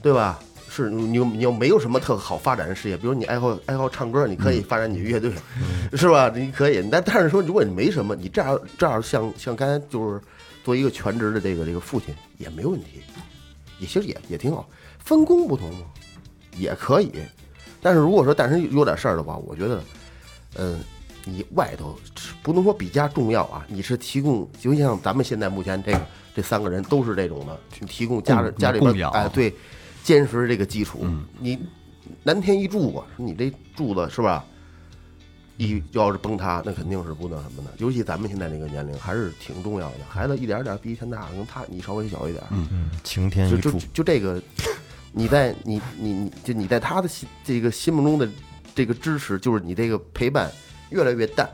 [SPEAKER 4] 对吧？是你又你又没有什么特好发展的事业，比如你爱好爱好唱歌，你可以发展你的乐队， 是吧？你可以。但但是说，如果你没什么，你这样这样像像刚才就是做一个全职的这个这个父亲也没问题，也其实也也挺好，分工不同嘛，也可以。但是如果说但是有点事儿的话，我觉得，嗯，你外头是不能说比家重要啊，你是提供，就像咱们现在目前这个这三个人都是这种的，去提供家里
[SPEAKER 5] 供
[SPEAKER 4] 家里
[SPEAKER 5] 供
[SPEAKER 4] 边
[SPEAKER 5] 养嗯
[SPEAKER 4] 哎对，坚实这个基础，你南天一柱啊，你这柱子是吧？一要是崩塌，那肯定是不那什么的。尤其咱们现在这个年龄，还是挺重要的。孩子一点儿点儿比以前大，可能他你稍微小一点儿，
[SPEAKER 5] 嗯
[SPEAKER 1] 晴天一
[SPEAKER 4] 就
[SPEAKER 1] 柱
[SPEAKER 4] 就，就这个，你在你你你就你在他的心这个心目中的这个支持，就是你这个陪伴越来越淡。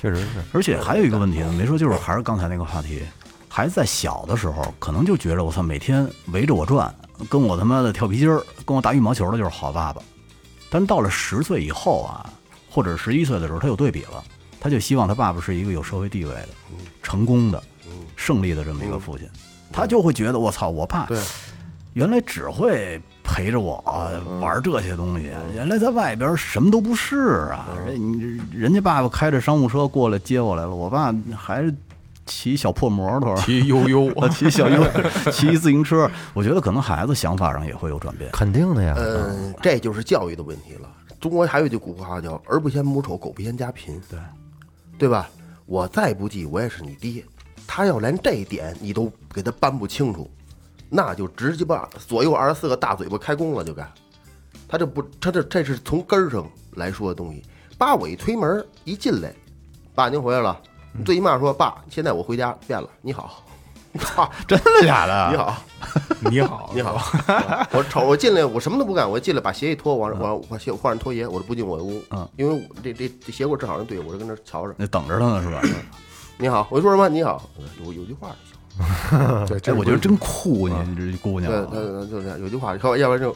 [SPEAKER 1] 确实是。
[SPEAKER 5] 而且还有一个问题呢，没说，就是还是刚才那个话题，孩子在小的时候，可能就觉着我操，每天围着我转，跟我他妈的跳皮筋儿，跟我打羽毛球的就是好爸爸。但到了十岁以后啊，或者十一岁的时候，他有对比了，他就希望他爸爸是一个有社会地位的、成功的、胜利的这么一个父亲，他就会觉得我操，我爸原来只会陪着我啊玩这些东西，原来在外边什么都不是啊！人你人家爸爸开着商务车过来接我来了，我爸还是骑小破摩托，
[SPEAKER 3] 骑悠悠，
[SPEAKER 5] 啊 骑小悠，骑自行车。我觉得可能孩子想法上也会有转变。
[SPEAKER 1] 肯定的呀，
[SPEAKER 4] 嗯，这就是教育的问题了。中国还有一句古话叫“儿不嫌母丑，狗不嫌家贫”，对对吧？我再不济，我也是你爹。他要连这一点你都给他扳不清楚，那就直接把左右二十四个大嘴巴开弓了，就该。他这不，他这这是从根儿上来说的东西。爸，我一推门一进来，爸您回来了，你最起码说爸，现在我回家变了，你好， 爸
[SPEAKER 5] 真的假的
[SPEAKER 4] 你好。
[SPEAKER 3] 你好，
[SPEAKER 4] 你好，我瞅我进来，我什么都不干，我进来把鞋一脱，往往我鞋换上拖鞋，我就不进我的屋，
[SPEAKER 5] 嗯
[SPEAKER 4] 因为我这这这鞋柜正好人对我就跟那儿瞧着。
[SPEAKER 5] 那等着他呢是吧？
[SPEAKER 4] 你好，我就说什么？你好，有有句话就行。
[SPEAKER 3] 对，
[SPEAKER 5] 哎，
[SPEAKER 3] 这
[SPEAKER 5] 我觉得真酷，啊你这姑娘
[SPEAKER 4] 对，对对，就这样，有句话，要要不然就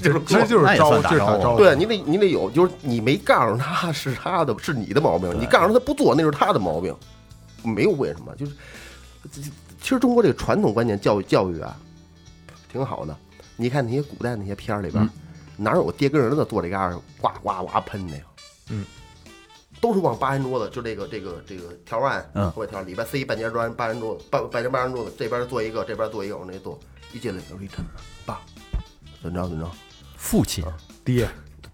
[SPEAKER 3] 这其实就是
[SPEAKER 5] 那也
[SPEAKER 3] 招呼，
[SPEAKER 5] 算打
[SPEAKER 3] 就是
[SPEAKER 5] 招
[SPEAKER 3] 打
[SPEAKER 5] 呼
[SPEAKER 3] 招呼。
[SPEAKER 4] 对你得你得有，就是你没告诉他是他的，是你的毛病，你告诉他不做那是他的毛病，没有为什么，就是其实中国这个传统观念教育教育啊，挺好的。你看那些古代那些片儿里边，
[SPEAKER 3] 嗯
[SPEAKER 4] 哪有爹跟儿子坐这嘎儿呱呱呱喷的呀？
[SPEAKER 3] 嗯，
[SPEAKER 4] 都是往八人桌子，就这个这个这个条案，
[SPEAKER 5] 嗯
[SPEAKER 4] 后边条里边塞一半截砖，八人桌子，半半截八人桌子，这边坐一个，这边坐一个，往那坐，一进来就是一抻，爸，怎么着怎么着。
[SPEAKER 1] 父亲
[SPEAKER 3] 爹，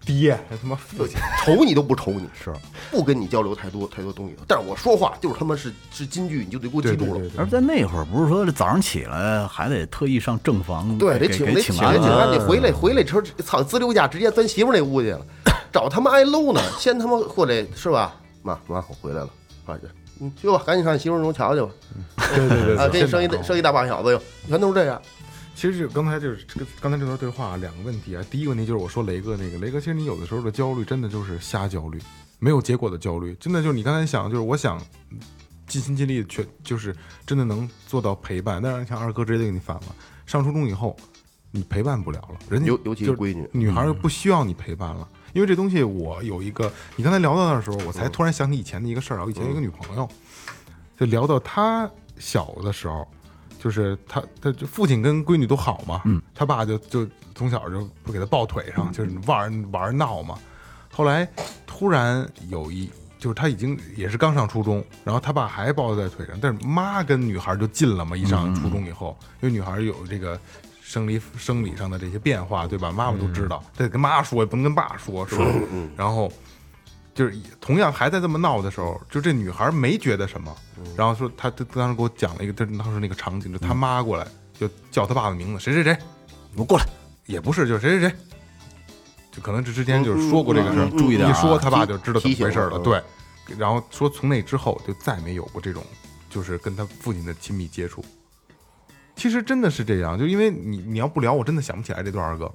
[SPEAKER 3] 爹，还他妈父亲，
[SPEAKER 4] 瞅你都不瞅你，是不跟你交流太多太多东西。但是我说话就是他妈是是金句，你就得给我记
[SPEAKER 3] 对对
[SPEAKER 4] 住了
[SPEAKER 3] 对。对
[SPEAKER 5] 而在那会儿，不是说这早上起来还得特意上正房，
[SPEAKER 4] 对，得
[SPEAKER 5] 给给
[SPEAKER 4] 请
[SPEAKER 5] 给
[SPEAKER 4] 得
[SPEAKER 5] 请
[SPEAKER 4] 请
[SPEAKER 5] 安
[SPEAKER 4] 人请安，
[SPEAKER 5] 啊
[SPEAKER 4] 你回来回来之后，操，滋溜一下直接钻媳妇儿那屋去了，找他妈挨搂呢，先他妈过来是吧？妈妈，我回来了，啊，这嗯，去吧，赶紧上你媳妇儿那屋瞧瞧吧，
[SPEAKER 3] 对对对对，
[SPEAKER 4] 啊，给你
[SPEAKER 3] 真的
[SPEAKER 4] 生一大生一大半小子哟，全都是这样，
[SPEAKER 3] 其实就刚才就是这个刚才这段对话两个问题啊，第一个问题就是我说雷哥那个，雷哥，其实你有的时候的焦虑真的就是瞎焦虑，没有结果的焦虑，真的就是你刚才想，就是我想尽心尽力全就是真的能做到陪伴，但是你像二哥直接就给你反了，上初中以后你陪伴不了了，人家
[SPEAKER 4] 尤尤其是
[SPEAKER 3] 嗯就是
[SPEAKER 4] 闺女，
[SPEAKER 3] 女孩儿不需要你陪伴了，因为这东西我有一个，你刚才聊到那时候，我才突然想起以前的一个事儿啊，我以前有一个女朋友，就聊到她小的时候，就是她她就父亲跟闺女都好嘛，她爸就就从小就不给她抱腿上，就是玩儿玩儿闹嘛，后来突然有一。就是她已经也是刚上初中，然后她爸还抱在腿上，但是妈跟女孩儿就近了嘛，一上初中以后，因为女孩儿有这个生理生理上的这些变化，对吧？妈妈都知道，这得跟妈说，也不能跟爸说，是吧？然后就是同样还在这么闹的时候，就这女孩没觉得什么，然后说她她她当时给我讲了一个，就是当时那个场景，就她妈过来就叫她爸的名字，谁谁谁，
[SPEAKER 5] 我过来，
[SPEAKER 3] 也不是，就是谁谁谁，就可能这之前就是说过这个事儿，
[SPEAKER 5] 嗯注意点啊
[SPEAKER 3] 一说他爸就知道怎么回事儿了，
[SPEAKER 4] 提提醒
[SPEAKER 3] 对。然后说从那之后就再没有过这种，就是跟他父亲的亲密接触。其实真的是这样，就因为你你要不聊，我真的想不起来这段儿二哥。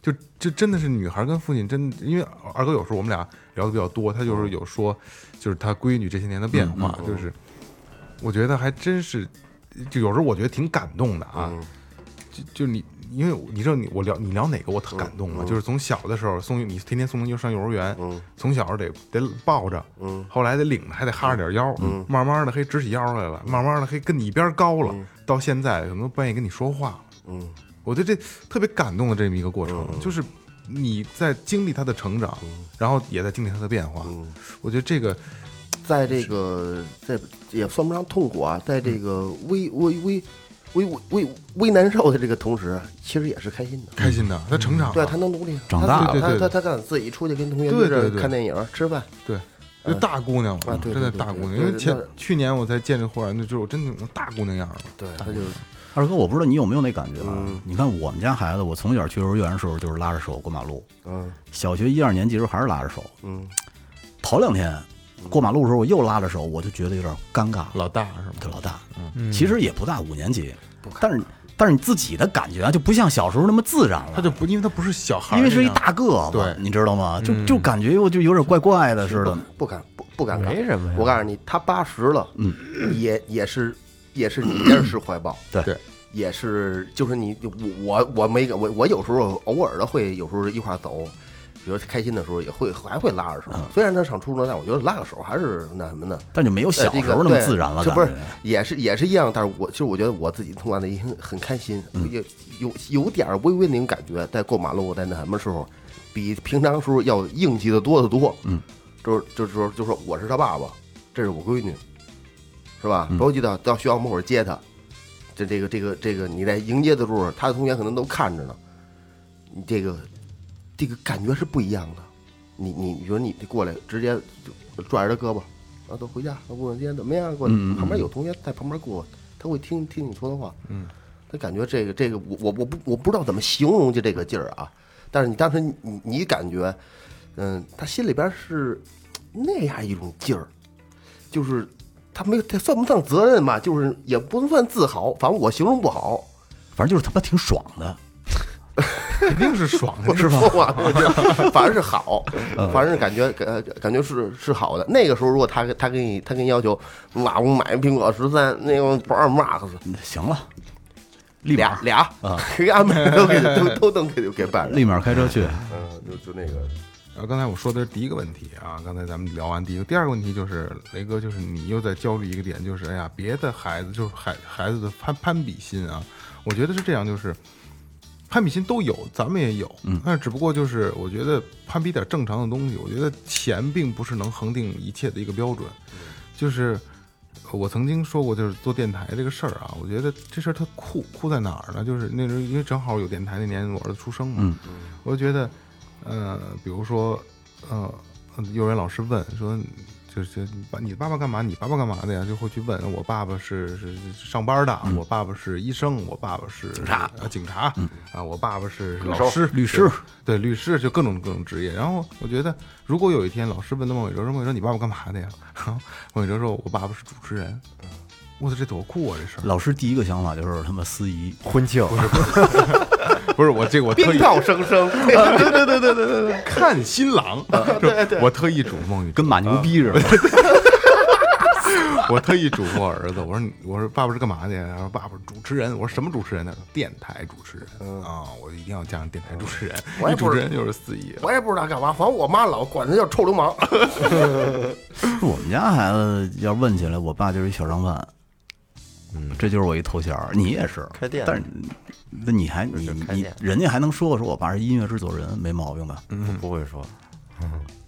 [SPEAKER 3] 就这真的是女孩跟父亲真，因为二哥有时候我们俩聊的比较多，他就是有说，就是他闺女这些年的变化，就是我觉得还真是，就有时候我觉得挺感动的啊。就就你，因为我你知道你我聊你聊哪个我特感动吗？就是从小的时候送你天天送就上幼儿园，从小得得抱着，后来得领着还得哈着点腰，慢慢的嘿直起腰来了，慢慢的嘿跟你一边高了，到现在可能都不愿意跟你说话了。
[SPEAKER 4] 嗯，
[SPEAKER 3] 我对这特别感动的这么一个过程，就是你在经历他的成长，
[SPEAKER 4] 嗯
[SPEAKER 3] 然后也在经历他的变化。我觉得这个
[SPEAKER 4] 在这个在也算不上痛苦啊，在这个危危危危危危难受的这个同时，啊其实也是开心的。
[SPEAKER 3] 开心的，他成长了，
[SPEAKER 4] 嗯对，他能独立，
[SPEAKER 5] 啊长大
[SPEAKER 3] 了
[SPEAKER 4] 他他
[SPEAKER 3] 对对对
[SPEAKER 4] 他他敢自己出去跟同学
[SPEAKER 3] 对
[SPEAKER 4] 约着
[SPEAKER 3] 对对
[SPEAKER 4] 看电影、吃饭，
[SPEAKER 3] 对，就大姑娘了，
[SPEAKER 4] 啊对对
[SPEAKER 3] 真的
[SPEAKER 4] 对
[SPEAKER 3] 大姑娘。
[SPEAKER 4] 对
[SPEAKER 3] 因为
[SPEAKER 4] 对
[SPEAKER 3] 前
[SPEAKER 4] 那
[SPEAKER 3] 去年我才见着霍然，那就是我真的大姑娘样了。
[SPEAKER 4] 对，他就
[SPEAKER 5] 二哥，我不知道你有没有那感觉啊？你看我们家孩子，我从小去幼儿园的时候就是拉着手过马路，
[SPEAKER 4] 嗯
[SPEAKER 5] 小学一二年级的时候还是拉着手，
[SPEAKER 4] 嗯，
[SPEAKER 5] 头两天过马路的时候我又拉着手，我就觉得有点尴尬了。
[SPEAKER 3] 老大是吗？
[SPEAKER 5] 对老大，其实也不大，五年级，但是但是你自己的感觉啊，就不像小时候那么自然了。
[SPEAKER 3] 他就不，因为他不是小孩儿
[SPEAKER 5] 因
[SPEAKER 3] 那样，
[SPEAKER 5] 为是一大个子，
[SPEAKER 3] 对
[SPEAKER 5] 你知道吗？就就感觉我就有点怪怪的似的。
[SPEAKER 4] 不敢不不敢干，
[SPEAKER 1] 没什么呀
[SPEAKER 4] 我告诉你，他八十了，嗯，也也是也是你也是怀抱，
[SPEAKER 5] 对
[SPEAKER 3] 对
[SPEAKER 4] 也是就是你我我我没我我有时候偶尔的会有时候一块儿走。比如开心的时候也会还会拉着手，
[SPEAKER 5] 啊
[SPEAKER 4] 虽然他上初中，但我觉得拉个手还是那什么呢？
[SPEAKER 5] 但就没有小时候那么自然了，
[SPEAKER 4] 这
[SPEAKER 5] 感
[SPEAKER 4] 不
[SPEAKER 5] 觉
[SPEAKER 4] 是也是也是一样，但是我就是我觉得我自己通关的已经很开心，
[SPEAKER 5] 嗯
[SPEAKER 4] 有有有点微微那种感觉，在过马路在那什么时候，比平常时候要硬气的多得多。嗯，就是就是说就是说我是他爸爸，这是我闺女，是吧？
[SPEAKER 5] 嗯
[SPEAKER 4] 包括记得到学校门口接他，这这个这个这个你在迎接的时候，他的同学可能都看着呢，你这个这个感觉是不一样的。你你你说你过来直接就拽着他胳膊，啊，都回家，老姑娘今天怎么样？过来，旁边有同学在旁边过，他会听听你说的话，嗯，他感觉这个这个我我我不我不知道怎么形容就这个劲儿啊，但是你当时你你你感觉，嗯，他心里边是那样一种劲儿，就是他没有他算不上责任吧，就是也不能算自豪，反正我形容不好，
[SPEAKER 5] 反正就是他妈挺爽的。
[SPEAKER 3] 肯定是爽 的，
[SPEAKER 4] 我是说嘛，反正是好，
[SPEAKER 5] 嗯
[SPEAKER 4] 反正是感觉感感觉是是好的。那个时候，如果他他给你他给你要求，妈，我买苹果十三，那个多少 Max，
[SPEAKER 5] 嗯行了，立
[SPEAKER 4] 俩
[SPEAKER 5] 马嗯
[SPEAKER 4] 俩， 给安排都给都都能给给办了。
[SPEAKER 5] 立马开车去。
[SPEAKER 4] 嗯，就就那个，
[SPEAKER 3] 然呃后刚才我说的是第一个问题啊，刚才咱们聊完第一个，第二个问题就是雷哥，就是你又在焦虑一个点，就是哎呀，别的孩子就是孩孩子的攀攀比心啊，我觉得是这样，就是攀比心都有，咱们也有，但是只不过就是我觉得攀比点正常的东西，我觉得钱并不是能恒定一切的一个标准，就是我曾经说过，就是做电台这个事儿啊，我觉得这事儿特酷，酷在哪儿呢？就是那时候因为正好有电台那年我儿子出生嘛，我就觉得，呃，比如说，呃，幼儿园老师问说，就是把你爸爸干嘛？你爸爸干嘛的呀？就会去问我爸爸是是是上班的，我爸爸是医生，我爸爸嗯是警察啊，警察、啊，我爸爸是老师、律师，对，律师就各种各种职业。然后我觉得，如果有一天老师问到孟伟哲说，孟伟哲你爸爸干嘛的呀？ 然后孟伟哲说，我爸爸是主持人。我操，这多酷啊！这事儿
[SPEAKER 5] 老师第一个想法就是他妈司仪，
[SPEAKER 1] 婚庆，
[SPEAKER 3] 不是我这个我特
[SPEAKER 4] 鞭
[SPEAKER 3] 意
[SPEAKER 4] 炮声 声，
[SPEAKER 3] 对对对对对对对， 看新郎，就 我特意嘱咐孟宇，
[SPEAKER 5] 跟马牛逼似的。
[SPEAKER 3] 我特意嘱咐我儿子，我说你我说爸爸是干嘛的呀？然后爸爸是主持人，我说什么主持人呢？电台主持人啊，我一定要加上电台主持人，
[SPEAKER 4] 嗯我也
[SPEAKER 3] 一主
[SPEAKER 4] 不
[SPEAKER 3] 持
[SPEAKER 4] 是
[SPEAKER 3] 人就是四姨，
[SPEAKER 4] 我也不知道干嘛，反正我妈老管他叫臭流氓。
[SPEAKER 5] 我们家孩子要问起来，我爸就是一小商贩，嗯，这就是我一头衔儿。你也是
[SPEAKER 1] 开店的
[SPEAKER 5] 但是那你还你
[SPEAKER 1] 就是开
[SPEAKER 5] 你
[SPEAKER 1] 店
[SPEAKER 5] 人家还能说说我爸是音乐制作人，没毛病吧？
[SPEAKER 1] 不会说，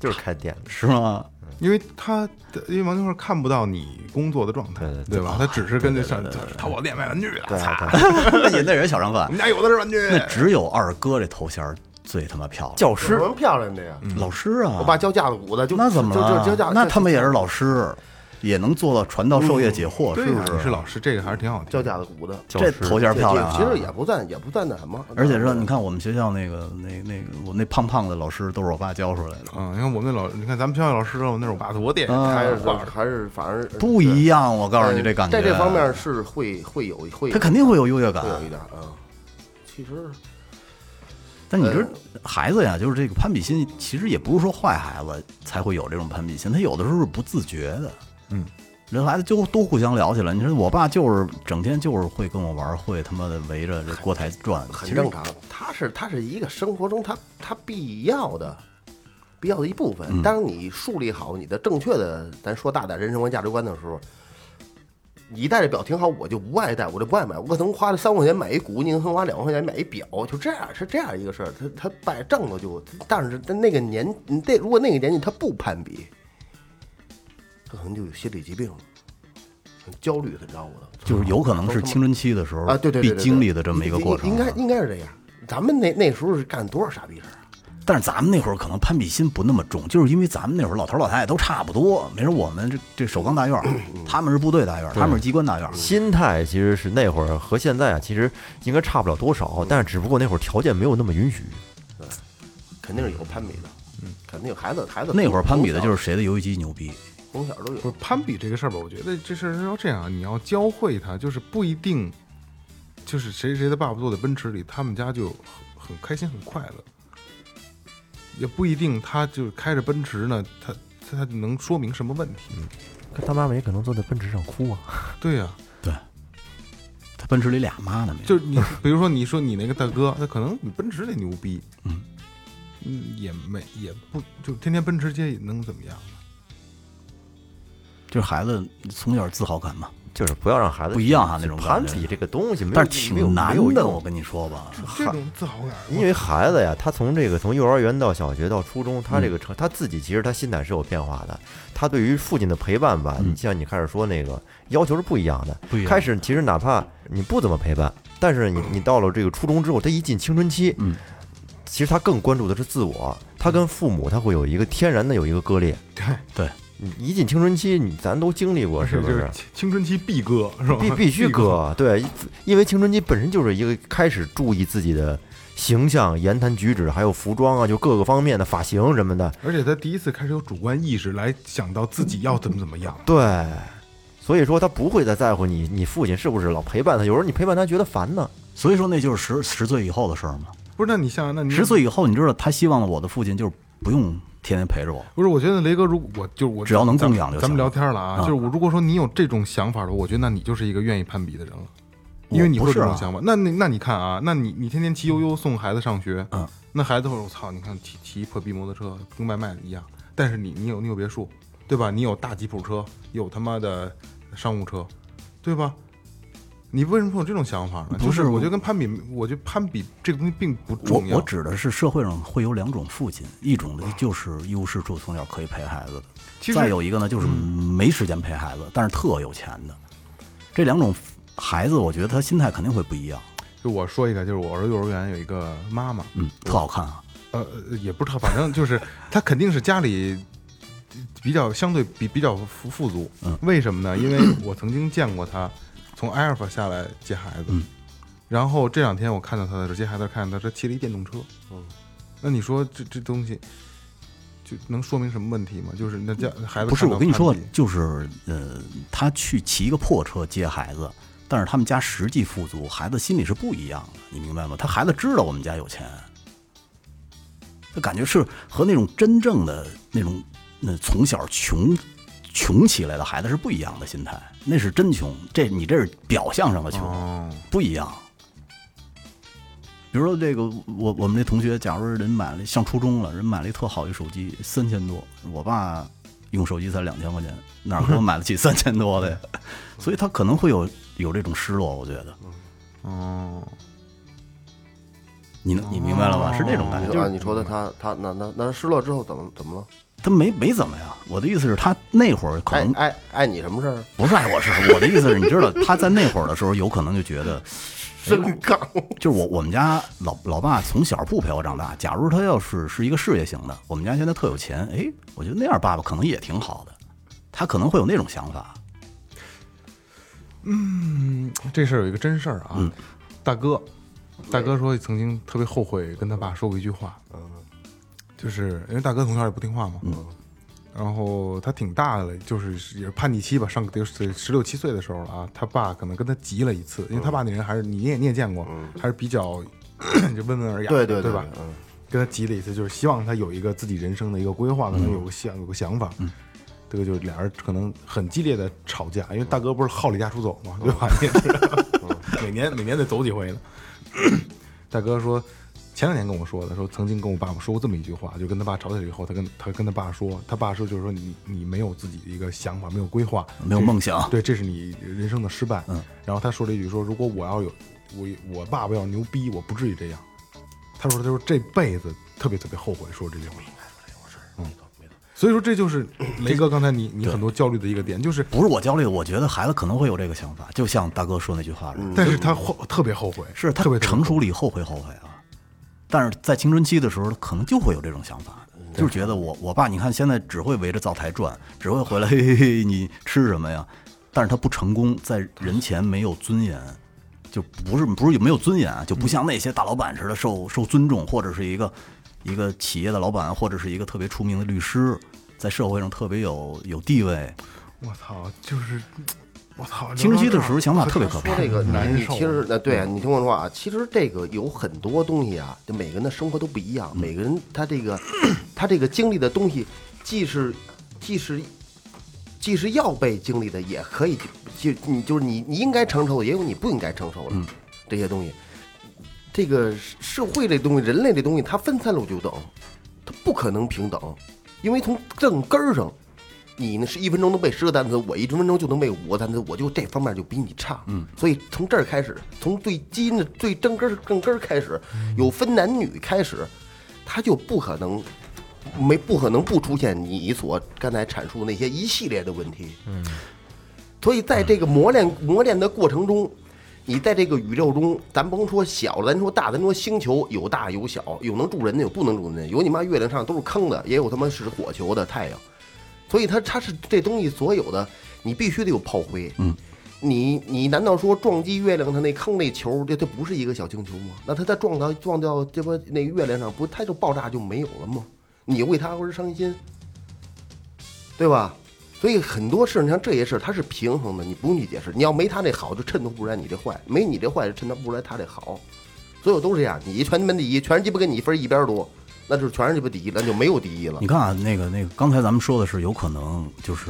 [SPEAKER 1] 就是开店的，
[SPEAKER 5] 是吗？
[SPEAKER 3] 因为他的因为王金花看不到你工作的状态，
[SPEAKER 1] 对对
[SPEAKER 3] 吧？他只是跟着上淘宝店卖玩具的，
[SPEAKER 1] 对
[SPEAKER 3] 操，
[SPEAKER 1] 啊，
[SPEAKER 5] 那也那人小商
[SPEAKER 3] 我
[SPEAKER 5] 贩，
[SPEAKER 3] 们家有的是玩具。
[SPEAKER 5] 那只有二哥这头衔儿最他妈漂亮，
[SPEAKER 1] 教
[SPEAKER 4] 有什
[SPEAKER 1] 师
[SPEAKER 4] 么漂亮的呀？
[SPEAKER 5] 老师啊！
[SPEAKER 4] 我爸教架子鼓的，就
[SPEAKER 5] 那怎么
[SPEAKER 4] 就就教
[SPEAKER 5] 了
[SPEAKER 4] 架？
[SPEAKER 5] 那他们也是老师，也能做到传道授业解惑，
[SPEAKER 4] 嗯
[SPEAKER 3] 对
[SPEAKER 5] 是
[SPEAKER 3] 呀
[SPEAKER 5] 不
[SPEAKER 3] 你
[SPEAKER 5] 是？
[SPEAKER 3] 是老师，这个还是挺好听的。
[SPEAKER 4] 教架子鼓的，
[SPEAKER 5] 这头衔儿漂亮啊！
[SPEAKER 4] 其实也不算也不算那什么，嗯
[SPEAKER 5] 而且说，你看我们学校那个那那个我那胖胖的老师都是我爸教出来的，
[SPEAKER 3] 嗯，你看我们那老，你看咱们学校老师，我那是我爸多点
[SPEAKER 5] 嗯
[SPEAKER 4] 还
[SPEAKER 3] 开
[SPEAKER 4] 是
[SPEAKER 3] 的画儿
[SPEAKER 4] 还是反正
[SPEAKER 5] 啊不一样。我告诉你，这感
[SPEAKER 4] 嗯
[SPEAKER 5] 觉
[SPEAKER 4] 在这方面是会会有会
[SPEAKER 5] 他肯定会有优越感
[SPEAKER 4] 会。有一点啊。其实
[SPEAKER 5] 但你
[SPEAKER 4] 嗯
[SPEAKER 5] 说孩子呀，就是这个攀比心，其实也不是说坏孩子才会有这种攀比心，他有的时候是不自觉的。
[SPEAKER 3] 嗯，
[SPEAKER 5] 人孩子就都互相聊起来。你说我爸就是整天就是会跟我玩儿，会他妈的围着这锅台转，
[SPEAKER 4] 很
[SPEAKER 5] 其实
[SPEAKER 4] 正常，它是它是一个生活中它它必要的必要的一部分。当你树立好你的正确的，咱说大点人生观价值观的时候，你戴这表挺好，我就不爱戴，我就不爱买。我可能花了三块钱买一鼓，你可能花两块钱买一表，就这样是这样一个事儿。他他拜挣了就，但是他那个年，你这如果那个年纪他不攀比，他可能就有心理疾病了，很焦虑，很着我的。
[SPEAKER 5] 就是有可能是
[SPEAKER 4] 嗯都他妈
[SPEAKER 5] 青春期的时候
[SPEAKER 4] 啊，对对对
[SPEAKER 5] 必
[SPEAKER 4] 对对
[SPEAKER 5] 经历的这么一个
[SPEAKER 4] 应
[SPEAKER 5] 过程。啊
[SPEAKER 4] 应该应该是这样。咱们那那时候是干多少傻逼事儿啊？
[SPEAKER 5] 但是咱们那会儿可能攀比心不那么重，就是因为咱们那会儿老头儿老太太都差不多，没准我们这这首钢大院儿，
[SPEAKER 4] 嗯
[SPEAKER 5] 他们是部队大院儿，他们是机关大院儿，
[SPEAKER 1] 心态其实是那会儿和现在啊，其实应该差不了多少，但是只不过那会儿条件没有那么允许。
[SPEAKER 4] 肯定是有攀比的，嗯，肯定有孩子孩子
[SPEAKER 5] 那会儿攀比的嗯就是谁的游戏机牛逼。
[SPEAKER 4] 从小从小都有
[SPEAKER 3] 不是攀比这个事儿吧？我觉得这事儿要这样啊，你要教会他，就是不一定，就是谁谁的爸爸坐在奔驰里，他们家就很很开心很快乐，也不一定他就是开着奔驰呢，他他他能说明什么问题？
[SPEAKER 1] 嗯可他妈妈也可能坐在奔驰上哭啊，
[SPEAKER 3] 对呀、
[SPEAKER 5] 对，他奔驰里俩妈呢没有？
[SPEAKER 3] 就是你，比如说你说你那个大哥，他可能比奔驰得牛逼，
[SPEAKER 5] 嗯
[SPEAKER 3] 嗯，也没也不就天天奔驰街能怎么 样？
[SPEAKER 5] 就是孩子从小自豪感嘛，
[SPEAKER 1] 就是不要让孩子
[SPEAKER 5] 不一样啊哈那种
[SPEAKER 1] 攀
[SPEAKER 5] 感觉
[SPEAKER 1] 比这个东西没有，
[SPEAKER 5] 但是
[SPEAKER 1] 没有
[SPEAKER 5] 挺难
[SPEAKER 1] 没有
[SPEAKER 5] 的，
[SPEAKER 1] 用
[SPEAKER 5] 我跟你说吧，
[SPEAKER 3] 这种自豪感，
[SPEAKER 1] 因为孩子呀，他从这个从幼儿园到小学到初中，他这个成他自己其实他心态是有变化的。他对于父亲的陪伴吧，你像你开始说那个要求是不一样的。
[SPEAKER 5] 不一样
[SPEAKER 1] 开始其实哪怕你不怎么陪伴，但是你你到了这个初中之后，他一进青春期，
[SPEAKER 5] 嗯，
[SPEAKER 1] 其实他更关注的是自我，他跟父母他会有一个天然的有一个割裂。
[SPEAKER 5] 对，
[SPEAKER 1] 你一进青春期，你咱都经历过，是
[SPEAKER 3] 是
[SPEAKER 1] 不
[SPEAKER 3] 就是是？青青春期必歌是吧？
[SPEAKER 1] 必必 须
[SPEAKER 3] 割，
[SPEAKER 1] 割，对，因为青春期本身就是一个开始注意自己的形象、言谈举止，还有服装啊，就各个方面的发型什么的，
[SPEAKER 3] 而且他第一次开始有主观意识来想到自己要怎么怎么样，
[SPEAKER 1] 对。所以说他不会再在乎你，你父亲是不是老陪伴他？有时候你陪伴他觉得烦呢。
[SPEAKER 5] 所以说那就是十十岁以后的事儿嘛。
[SPEAKER 3] 不是？那你像那
[SPEAKER 4] 嗯
[SPEAKER 3] 你
[SPEAKER 5] 十岁以后，你知道他希望我的父亲就是不用天天陪着我，
[SPEAKER 3] 不是？我觉得雷哥，如果我就是我，
[SPEAKER 5] 只要能供养就
[SPEAKER 3] 咱们
[SPEAKER 5] 行
[SPEAKER 3] 咱们聊天了啊，
[SPEAKER 5] 啊
[SPEAKER 3] 就是我如果说你有这种想法的话，我觉得那你就是一个愿意攀比的人了。因为你
[SPEAKER 5] 我
[SPEAKER 3] 会
[SPEAKER 5] 不
[SPEAKER 3] 有这
[SPEAKER 5] 是
[SPEAKER 3] 种
[SPEAKER 5] 啊
[SPEAKER 3] 想法，那你那你看啊，那你你天天骑悠悠送孩子上学，
[SPEAKER 5] 嗯，
[SPEAKER 3] 那孩子会说我操，你看骑骑破逼摩托车跟外卖一样，但是你你有你有别墅，对吧？你有大吉普车，有他妈的商务车，对吧？你为什么会有这种想法呢？
[SPEAKER 5] 不
[SPEAKER 3] 就是我觉得跟攀比，我觉得攀比这个东西并不
[SPEAKER 5] 我
[SPEAKER 3] 重要。
[SPEAKER 5] 我指的是社会上会有两种父亲，一种呢就是一无是处，从小可以陪孩子
[SPEAKER 3] 其
[SPEAKER 5] 的；
[SPEAKER 3] 实嗯
[SPEAKER 5] 再有一个呢就是没时间陪孩子，但是特有钱的。这两种孩子，我觉得他心态肯定会不一样。
[SPEAKER 3] 就我说一个，就是我儿子幼儿园有一个妈妈，
[SPEAKER 5] 嗯，特好看啊，
[SPEAKER 3] 呃，呃也不是她，反正就是她肯定是家里比较相对比比较富富足。
[SPEAKER 5] 嗯
[SPEAKER 3] 为什么呢？因为我曾经见过她从埃尔法下来接孩子，
[SPEAKER 5] 嗯
[SPEAKER 3] 然后这两天我看到她的时候接孩子，看到她骑了一电动车。
[SPEAKER 4] 嗯，
[SPEAKER 3] 那你说这这东西就能说明什么问题吗？就是那家孩子
[SPEAKER 5] 嗯不是
[SPEAKER 3] 看到
[SPEAKER 5] 我跟你说
[SPEAKER 3] 攀比，
[SPEAKER 5] 就是呃，他去骑一个破车接孩子，但是他们家实际富足，孩子心里是不一样的，你明白吗？他孩子知道我们家有钱，他感觉是和那种真正的那种那从小穷穷起来的孩子是不一样的心态，那是真穷，这你这是表象上的穷，
[SPEAKER 3] 哦，
[SPEAKER 5] 不一样。比如说这个，我我们这同学，假如人买了上初中了，人买了一特好一手机，三千多，我爸用手机才两千块钱，哪给我买得起三千多的呀？ 所以他可能
[SPEAKER 4] 哦
[SPEAKER 5] 会有有这种失落，我觉得
[SPEAKER 3] 哦，
[SPEAKER 5] 你能你明白了吧？是这种感觉，就
[SPEAKER 4] 啊，
[SPEAKER 5] 是
[SPEAKER 4] 你说的他他那那那失落之后怎么怎么了？
[SPEAKER 5] 他没没怎么呀。我的意思是，他那会儿可
[SPEAKER 4] 碍
[SPEAKER 5] 能哎
[SPEAKER 4] 碍碍你什么事儿？
[SPEAKER 5] 不是爱我是我的意思是，你知道他在那会儿的时候，有可能就觉得，
[SPEAKER 4] 真杠，
[SPEAKER 5] 就是我我们家老老爸从小不陪我长大。假如他要是是一个事业型的，我们家现在特有钱，哎，我觉得那样爸爸可能也挺好的，他可能会有那种想法。
[SPEAKER 3] 这事儿有一个真事儿啊，
[SPEAKER 4] 嗯
[SPEAKER 3] 大哥，大哥说曾经特别后悔跟他爸说过一句话，
[SPEAKER 4] 嗯
[SPEAKER 3] 就是因为大哥从小也不听话嘛，然后他挺大的了，就是也是叛逆期吧，上个得十六七岁的时候了啊，他爸可能跟他急了一次，因为
[SPEAKER 4] 嗯
[SPEAKER 3] 他爸那人还是你也你也见过，还是比 较就温文尔雅，
[SPEAKER 4] 对
[SPEAKER 3] 对
[SPEAKER 4] 对嗯
[SPEAKER 3] 吧？跟他急了一次，就是希望他有一个自己人生的一个规划，可
[SPEAKER 4] 嗯
[SPEAKER 3] 能有个想有个想法。这个就是俩人可能很激烈的吵架，因为大哥不是好离家出走嘛，
[SPEAKER 5] 嗯
[SPEAKER 3] 对吧？你也知道，每年每年得走几回呢。大哥说，前两年跟我说的，说曾经跟我爸爸说过这么一句话，就跟他爸吵起来以后，他跟他跟他爸说，他爸说就是说你你没有自己的一个想法，没有规划，
[SPEAKER 5] 没有
[SPEAKER 3] 这
[SPEAKER 5] 梦想
[SPEAKER 3] 对，这是你人生的失败。嗯，然后他说了一句说，如果我要有我我爸爸要牛逼，我不至于这样。他说他说这辈子特别特别后悔说这句话。嗯所以说，这就是雷哥刚才你你很多焦虑的一个点，就是，
[SPEAKER 5] 不是我焦虑，我觉得孩子可能会有这个想法，就像大哥说那句话似的，
[SPEAKER 3] 但是他后特别后悔，
[SPEAKER 5] 是他
[SPEAKER 3] 特别特别
[SPEAKER 5] 成熟了以后会后悔啊，但是在青春期的时候，可能就会有这种想法
[SPEAKER 3] 嗯
[SPEAKER 5] 的，就是觉得我我爸，你看现在只会围着灶台转，只会回来嘿嘿嘿，你吃什么呀？但是他不成功，在人前没有尊严，就不是不是有没有尊严啊，就不像那些大老板似的受受尊重，或者是一个一个企业的老板，或者是一个特别出名的律师，在社会上特别有有地位。
[SPEAKER 3] 我操，就是我操，
[SPEAKER 5] 青春期的
[SPEAKER 3] 聊到这儿
[SPEAKER 5] 时候想法特别可
[SPEAKER 4] 说，
[SPEAKER 5] 怕
[SPEAKER 4] 这个，
[SPEAKER 3] 难
[SPEAKER 4] 你你
[SPEAKER 3] 受嗯
[SPEAKER 4] 其实那对啊，你听我说啊，其实这个有很多东西啊，就每个人的生活都不一
[SPEAKER 3] 嗯
[SPEAKER 4] 样，每个人他这个他这个经历的东西，既是既是既是要被经历的，也可以就你就是你你应该承受的，也有你不应该承
[SPEAKER 3] 嗯
[SPEAKER 4] 受的这些东西。这个社会这东西，人类这东西，它分三六九等，它不可能平等，因为从正根儿上，你呢是一分钟能背十个单词，我一分钟就能背五个单词，我就这方面就比你差。嗯，所以从这儿开始，从最基因的最正根儿正根儿开始，有分男女开始，它就不可能。没不可能不出现你所刚才阐述那些一系列的问题，嗯，所以在这个磨练磨练的过程中，你在这个宇宙中，咱甭说小了，咱说大，咱说星球有大有小，有能住人的，有不能住人的，有你妈月亮上都是坑的，也有他妈是火球的太阳，所以它它是这东西所有的，你必须得有炮灰，嗯。你你难道说撞击月亮它那坑那球，这它不是一个小星球吗？那它再撞到撞到这不那个月亮上，不它就爆炸就没有了吗？你为它而伤心，对吧？所以很多事，你像这些事儿，它是平衡的，你不用去解释。你要没他这好，就衬托不出来你这坏；没你这坏，就衬托不出来他这好。所有都是这样，你全他妈第一，全是鸡巴跟你分一边多，那就是全是鸡巴第一，那就没有第一了
[SPEAKER 5] 你。看啊，那个那个，刚才咱们说的是有可能就是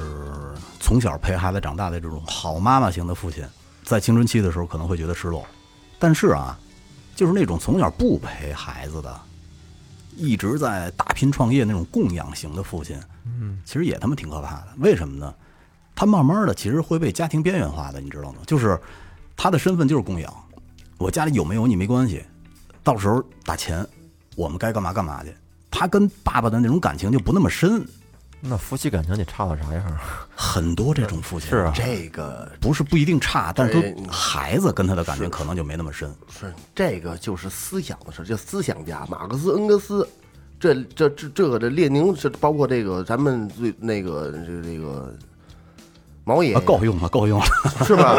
[SPEAKER 5] 从小陪孩子长大的这种好妈妈型的父亲，在青春期的时候可能会觉得失落，但是啊，就是那种从小不陪孩子的，一直在打拼创业那种供养型的父亲，嗯，其实也他妈挺可怕的。为什么呢？他慢慢的其实会被家庭边缘化的，你知道吗？就是他的身份就是供养，我家里有没有你没关系，到时候打钱，我们该干嘛干嘛去。他跟爸爸的那种感情就不那么深，
[SPEAKER 1] 那夫妻感情得差到啥样啊？
[SPEAKER 5] 很多这种父亲
[SPEAKER 1] 是啊
[SPEAKER 4] 这个
[SPEAKER 5] 不是不一定差，但是
[SPEAKER 4] 对
[SPEAKER 5] 跟孩子跟他的感情可能就没那么深。
[SPEAKER 4] 是这个就是思想的事，就思想家马克思、恩格斯，这这这这个这列宁是包括这个咱们最那个这这个毛爷爷
[SPEAKER 5] 啊，够用了，够用了，
[SPEAKER 4] 是吧？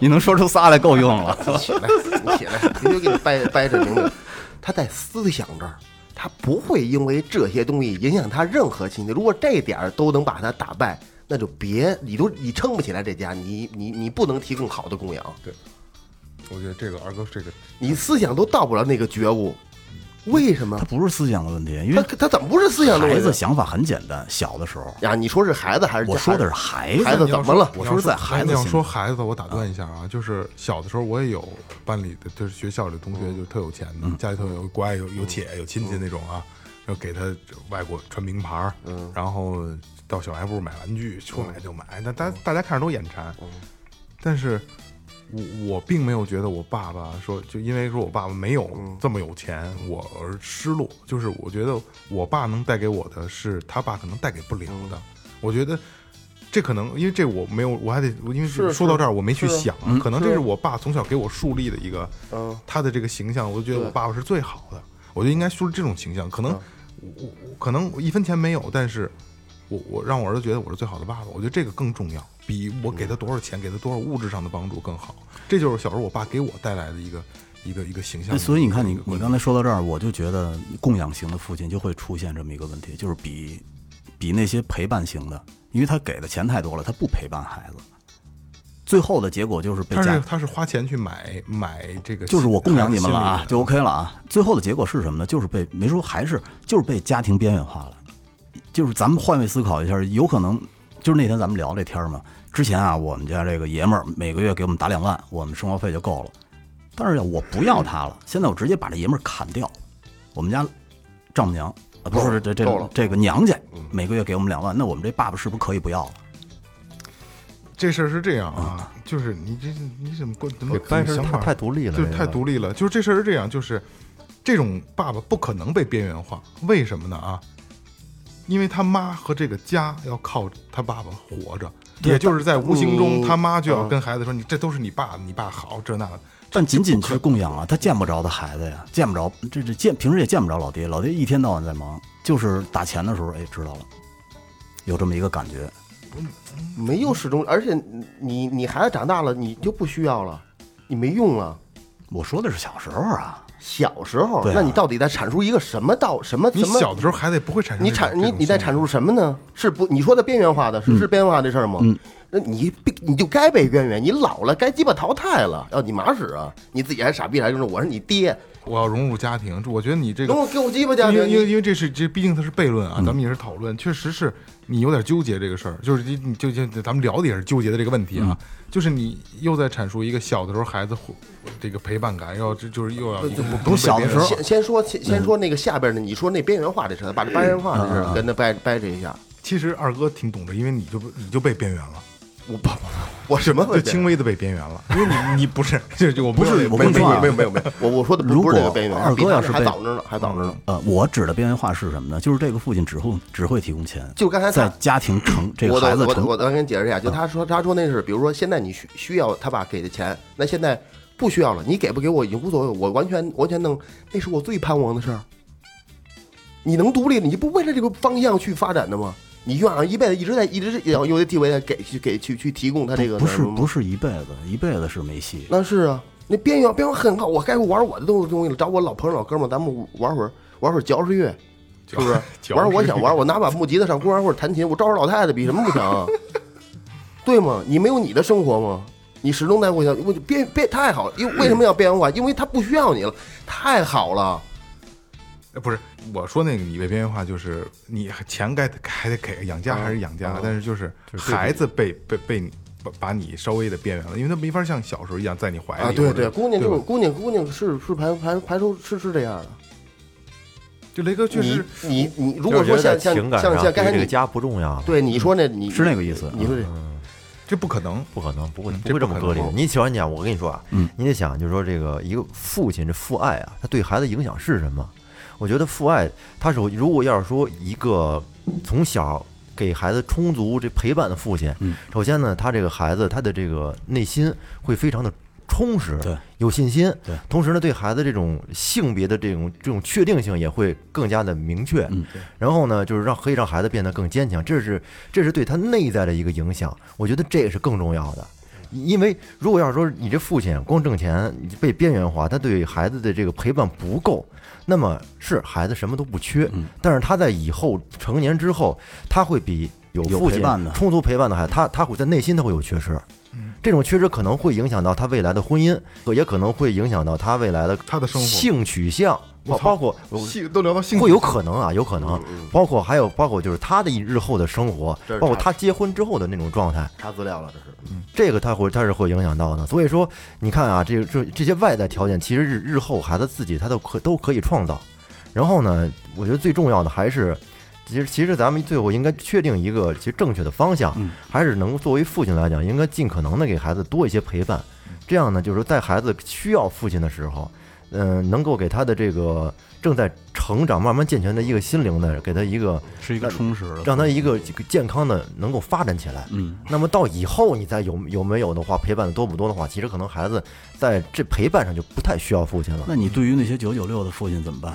[SPEAKER 5] 你能说出仨来够用了。
[SPEAKER 4] 你起来，你起来，必须给你掰掰扯明白。他在思想这儿，他不会因为这些东西影响他任何心情。如果这点儿都能把他打败，那就别你都你撑不起来这家，你你你不能提供好的供养，
[SPEAKER 3] 我觉得这个二哥这个
[SPEAKER 4] 你思想都到不了那个觉悟。为什么
[SPEAKER 5] 他？不是思想的问题，因
[SPEAKER 4] 他
[SPEAKER 5] 为
[SPEAKER 4] 他怎么不是思想的
[SPEAKER 5] 孩
[SPEAKER 4] 问
[SPEAKER 5] 子
[SPEAKER 4] 题
[SPEAKER 5] 想法很简单。小的时候，
[SPEAKER 4] 呀？啊你说是孩子还是家
[SPEAKER 5] 我说的是孩
[SPEAKER 4] 孩
[SPEAKER 5] 子
[SPEAKER 4] 子，怎么了？
[SPEAKER 5] 我说是在孩子
[SPEAKER 3] 要
[SPEAKER 5] 心
[SPEAKER 3] 说
[SPEAKER 5] 里，
[SPEAKER 3] 孩子，我打断一下啊，就是小的时候我也有班里的，就是学校里的同学，
[SPEAKER 5] 嗯
[SPEAKER 3] 就是特有钱的，家里头有国外有有姐有亲戚那种啊，然后给他外国穿名牌儿，
[SPEAKER 5] 嗯
[SPEAKER 3] 然后
[SPEAKER 5] 嗯
[SPEAKER 3] 到小卖部买玩具，说买就买，那大大家看着都眼馋，但是我我并没有觉得我爸爸说，就因为说我爸爸没有
[SPEAKER 5] 嗯
[SPEAKER 3] 这么有钱，我而失落。就是我觉得我爸能带给我的是他爸可能带给不了
[SPEAKER 5] 嗯
[SPEAKER 3] 的。我觉得这可能因为这我没有，我还得因为
[SPEAKER 4] 是
[SPEAKER 3] 说到
[SPEAKER 4] 是
[SPEAKER 3] 这儿我没去
[SPEAKER 4] 是
[SPEAKER 3] 想啊，可能这是我爸从小给我树立的一个
[SPEAKER 4] 嗯
[SPEAKER 3] 他的这个形象，我就觉得我爸爸是最好的，我就应该树立这种形象。可
[SPEAKER 4] 嗯
[SPEAKER 3] 能我我我可能我一分钱没有，但是我我让我儿子觉得我是最好的爸爸，我觉得这个更重要，比我给他多少钱、给他多少物质上的帮助更好。这就是小时候我爸给我带来的一个一个一个形象。
[SPEAKER 5] 哎所以你看你，你
[SPEAKER 3] 我
[SPEAKER 5] 刚才说到这儿，我就觉得供养型的父亲就会出现这么一个问题，就是比比那些陪伴型的，因为他给的钱太多了，他不陪伴孩子，最后的结果就是被
[SPEAKER 3] 他
[SPEAKER 5] 家
[SPEAKER 3] 是他是花钱去买买这个，
[SPEAKER 5] 就是我供养你们了啊，就
[SPEAKER 3] 就
[SPEAKER 5] OK 了啊。最后的结果是什么呢？就是被没说，还是就是被家庭边缘化了。就是咱们换位思考一下，有可能就是那天咱们聊这天儿嘛。之前啊，我们家这个爷们儿每个月给我们打两万，我们生活费就够了。但是呀我不要他了，现在我直接把这爷们儿砍掉。我们家丈母娘啊，不是这这
[SPEAKER 4] 够了嗯
[SPEAKER 5] 这个娘家，每个月给我们两万，那我们这爸爸是不是可以不要了？
[SPEAKER 3] 这事儿是这样啊，就是你这 你怎么过怎么
[SPEAKER 1] 但是
[SPEAKER 3] 想
[SPEAKER 1] 太
[SPEAKER 3] 法
[SPEAKER 1] 太独立了，
[SPEAKER 3] 就
[SPEAKER 1] 这
[SPEAKER 3] 太
[SPEAKER 1] 个
[SPEAKER 3] 独立了。就是这事儿是这样，就是这种爸爸不可能被边缘化，为什么呢啊？因为他妈和这个家要靠他爸爸活着，
[SPEAKER 5] 对
[SPEAKER 3] 也就是在无形中，
[SPEAKER 4] 嗯
[SPEAKER 3] 他妈就要跟孩子说：“你这都是你爸，你爸好，这那的。
[SPEAKER 5] 但仅仅是供养啊，他见不着他孩子呀，见不着这这见平时也见不着老爹，老爹一天到晚在忙，就是打钱的时候，哎，知道了，有这么一个感觉。
[SPEAKER 4] 没有始终，而且你你你孩子长大了，你就不需要了，你没用了。
[SPEAKER 5] 我说的是小时候啊，
[SPEAKER 4] 小时候，
[SPEAKER 5] 对啊
[SPEAKER 4] 那你到底在阐述一个什么道什么
[SPEAKER 3] 你
[SPEAKER 4] 什么？
[SPEAKER 3] 小的时候，孩子也不会产生
[SPEAKER 4] 你
[SPEAKER 3] 这种
[SPEAKER 4] 阐你你在阐，
[SPEAKER 3] 这种
[SPEAKER 4] 述什么呢？是不？你说的边缘化
[SPEAKER 5] 嗯
[SPEAKER 4] 的是是边缘化这事儿吗？那你必你就该被边缘，你老了该鸡巴淘汰了，要你马使啊！你自己还傻逼还跟着我是你爹，
[SPEAKER 3] 想法我要融入家庭，我觉得你这个
[SPEAKER 4] 跟我给我鸡巴家
[SPEAKER 3] 因
[SPEAKER 4] 庭，
[SPEAKER 3] 为因为
[SPEAKER 4] 你
[SPEAKER 3] 因为这是这毕竟它是悖论啊，咱们也是讨论，确实是你有点纠结这个事儿，就是你你就就咱们聊的也是纠结的这个问题啊，就是你又在阐述一个小的时候孩子会这个陪伴感，又要这就是又要一个不
[SPEAKER 5] 从小的时候嗯
[SPEAKER 4] 先先说先先说那个下边的，你说那边缘化这事儿，把这边缘化这事儿跟他掰掰扯一下。
[SPEAKER 3] 其实二哥挺懂的，因为你就不你就被边缘了，
[SPEAKER 4] 我不我什么
[SPEAKER 3] 就
[SPEAKER 4] 问题
[SPEAKER 3] 轻微的被边缘了，因为你你不是 就就我不
[SPEAKER 5] 是
[SPEAKER 3] 是
[SPEAKER 5] 我
[SPEAKER 4] 没有
[SPEAKER 5] 跟你
[SPEAKER 4] 没
[SPEAKER 5] 说啊
[SPEAKER 4] 有没有没有 没有，我我说的不
[SPEAKER 5] 如
[SPEAKER 4] 不
[SPEAKER 5] 果
[SPEAKER 4] 是这个边缘，
[SPEAKER 5] 二
[SPEAKER 4] 比
[SPEAKER 5] 哥
[SPEAKER 4] 他
[SPEAKER 5] 要
[SPEAKER 4] 那
[SPEAKER 5] 是
[SPEAKER 4] 还
[SPEAKER 5] 被
[SPEAKER 4] 早着呢，还早着呢。
[SPEAKER 5] 呃，我指的边缘化是什么呢？就是这个父亲只会只会提供钱，
[SPEAKER 4] 就刚才他
[SPEAKER 5] 在家庭成这个
[SPEAKER 4] 我
[SPEAKER 5] 孩子
[SPEAKER 4] 我
[SPEAKER 5] 成嗯
[SPEAKER 4] 我我跟你解释一下，就他说他说那是，比如说现在你需需要他爸给的钱，那现在不需要了，你给不给我已经无所谓，我完全完全能，那是我最盼望的事儿。你能独立，你就不为了这个方向去发展的吗？你愿意一辈子一直在一直是要有的地位在给去给去去提供他这个
[SPEAKER 5] 不是
[SPEAKER 4] 什么吗
[SPEAKER 5] 不是一辈子，一辈子是没戏。
[SPEAKER 4] 那是啊，那边缘边缘很好，我该玩我的东东西了，找我老朋友老哥们儿，咱们玩会儿玩会儿爵士乐，是 不是？玩儿我想玩儿，我拿把木吉他上公园或者弹琴，我招呼老太太比什么不强啊？对吗？你没有你的生活吗？你始终在互相，我就变变太好了，因为为什么要边缘化？因为他不需要你了，太好了。
[SPEAKER 3] 呃不是我说那个你被边缘化，就是你钱该还得给养家还是养家，但是就是孩子被被被你把把你稍微的边缘了，因为他没法像小时候一样在你怀里
[SPEAKER 4] 啊，
[SPEAKER 5] 哎
[SPEAKER 3] 或者。
[SPEAKER 4] 对对，姑
[SPEAKER 3] 对
[SPEAKER 4] 娘就
[SPEAKER 3] 吧
[SPEAKER 4] 是姑娘，姑娘是是排排排除是是这样的。
[SPEAKER 3] 就雷哥确
[SPEAKER 4] 嗯
[SPEAKER 3] 实
[SPEAKER 4] 你你你如
[SPEAKER 1] 就是
[SPEAKER 4] 果说
[SPEAKER 1] 觉得在
[SPEAKER 4] 像像
[SPEAKER 1] 情感
[SPEAKER 4] 像
[SPEAKER 1] 上
[SPEAKER 4] 像刚才
[SPEAKER 1] 对这
[SPEAKER 4] 你
[SPEAKER 1] 个家不重要了，
[SPEAKER 4] 对你说那你
[SPEAKER 5] 是那个意思嗯
[SPEAKER 4] 你说这
[SPEAKER 3] 这不可能，
[SPEAKER 1] 不可能，不会
[SPEAKER 3] 嗯
[SPEAKER 1] 不会
[SPEAKER 3] 这
[SPEAKER 1] 这
[SPEAKER 3] 不
[SPEAKER 1] 么
[SPEAKER 3] 可
[SPEAKER 1] 割裂
[SPEAKER 3] 能。
[SPEAKER 1] 你喜欢讲，我跟你说啊，你得想，就是说这个一个父亲这父爱啊，他对孩子影响是什么？我觉得父爱，他是如果要是说一个从小给孩子充足这陪伴的父亲，首先呢，他这个孩子他的这个内心会非常的充实，
[SPEAKER 5] 对，
[SPEAKER 1] 有信心，
[SPEAKER 5] 对，
[SPEAKER 1] 同时呢，对孩子这种性别的这种这种确定性也会更加的明确，
[SPEAKER 5] 嗯
[SPEAKER 1] 然后呢，就是让可以让孩子变得更坚强，这是这是对他内在的一个影响，我觉得这个是更重要的。因为如果要是说你这父亲光挣钱，你被边缘化，他对孩子的这个陪伴不够，那么是孩子什么都不缺，
[SPEAKER 5] 嗯
[SPEAKER 1] 但是他在以后成年之后，他会比有
[SPEAKER 5] 有
[SPEAKER 1] 父
[SPEAKER 5] 陪
[SPEAKER 1] 亲
[SPEAKER 5] 伴的
[SPEAKER 1] 充足陪伴的孩子，他他会在内心他会有缺失，
[SPEAKER 3] 嗯
[SPEAKER 1] 这种缺失可能会影响到他未来的婚姻，也可能会影响到他未来的
[SPEAKER 3] 他的生活
[SPEAKER 1] 性取向，包包括
[SPEAKER 3] 性都聊到性
[SPEAKER 1] 会有可能啊，有可能，包括还有包括就是他的日后的生活
[SPEAKER 4] 嗯这，是
[SPEAKER 1] 包括
[SPEAKER 4] 他
[SPEAKER 1] 他结婚之后的那种状态，嗯
[SPEAKER 4] 查资料了，这是
[SPEAKER 1] 这个他会他是会影响到的。所以说，你看啊，这个这这些外在条件，其实日日后孩子自己他都可都可以创造。然后呢，我觉得最重要的还是，其实其实咱们最后应该确定一个其实正确的方向，还是能作为父亲来讲，应该尽可能的给孩子多一些陪伴。这样呢，就是说在孩子需要父亲的时候，嗯、能够给他的这个正在成长、慢慢健全的一个心灵呢，给他一个
[SPEAKER 5] 是一个充实
[SPEAKER 3] 呃
[SPEAKER 5] 的，
[SPEAKER 1] 让他一个这个健康的能够发展起来。
[SPEAKER 5] 嗯，
[SPEAKER 1] 那么到以后你再有有没有的话，陪伴的多不多的话，其实可能孩子在这陪伴上就不太需要父亲了。
[SPEAKER 5] 那你对于那些九九六的父亲怎么办？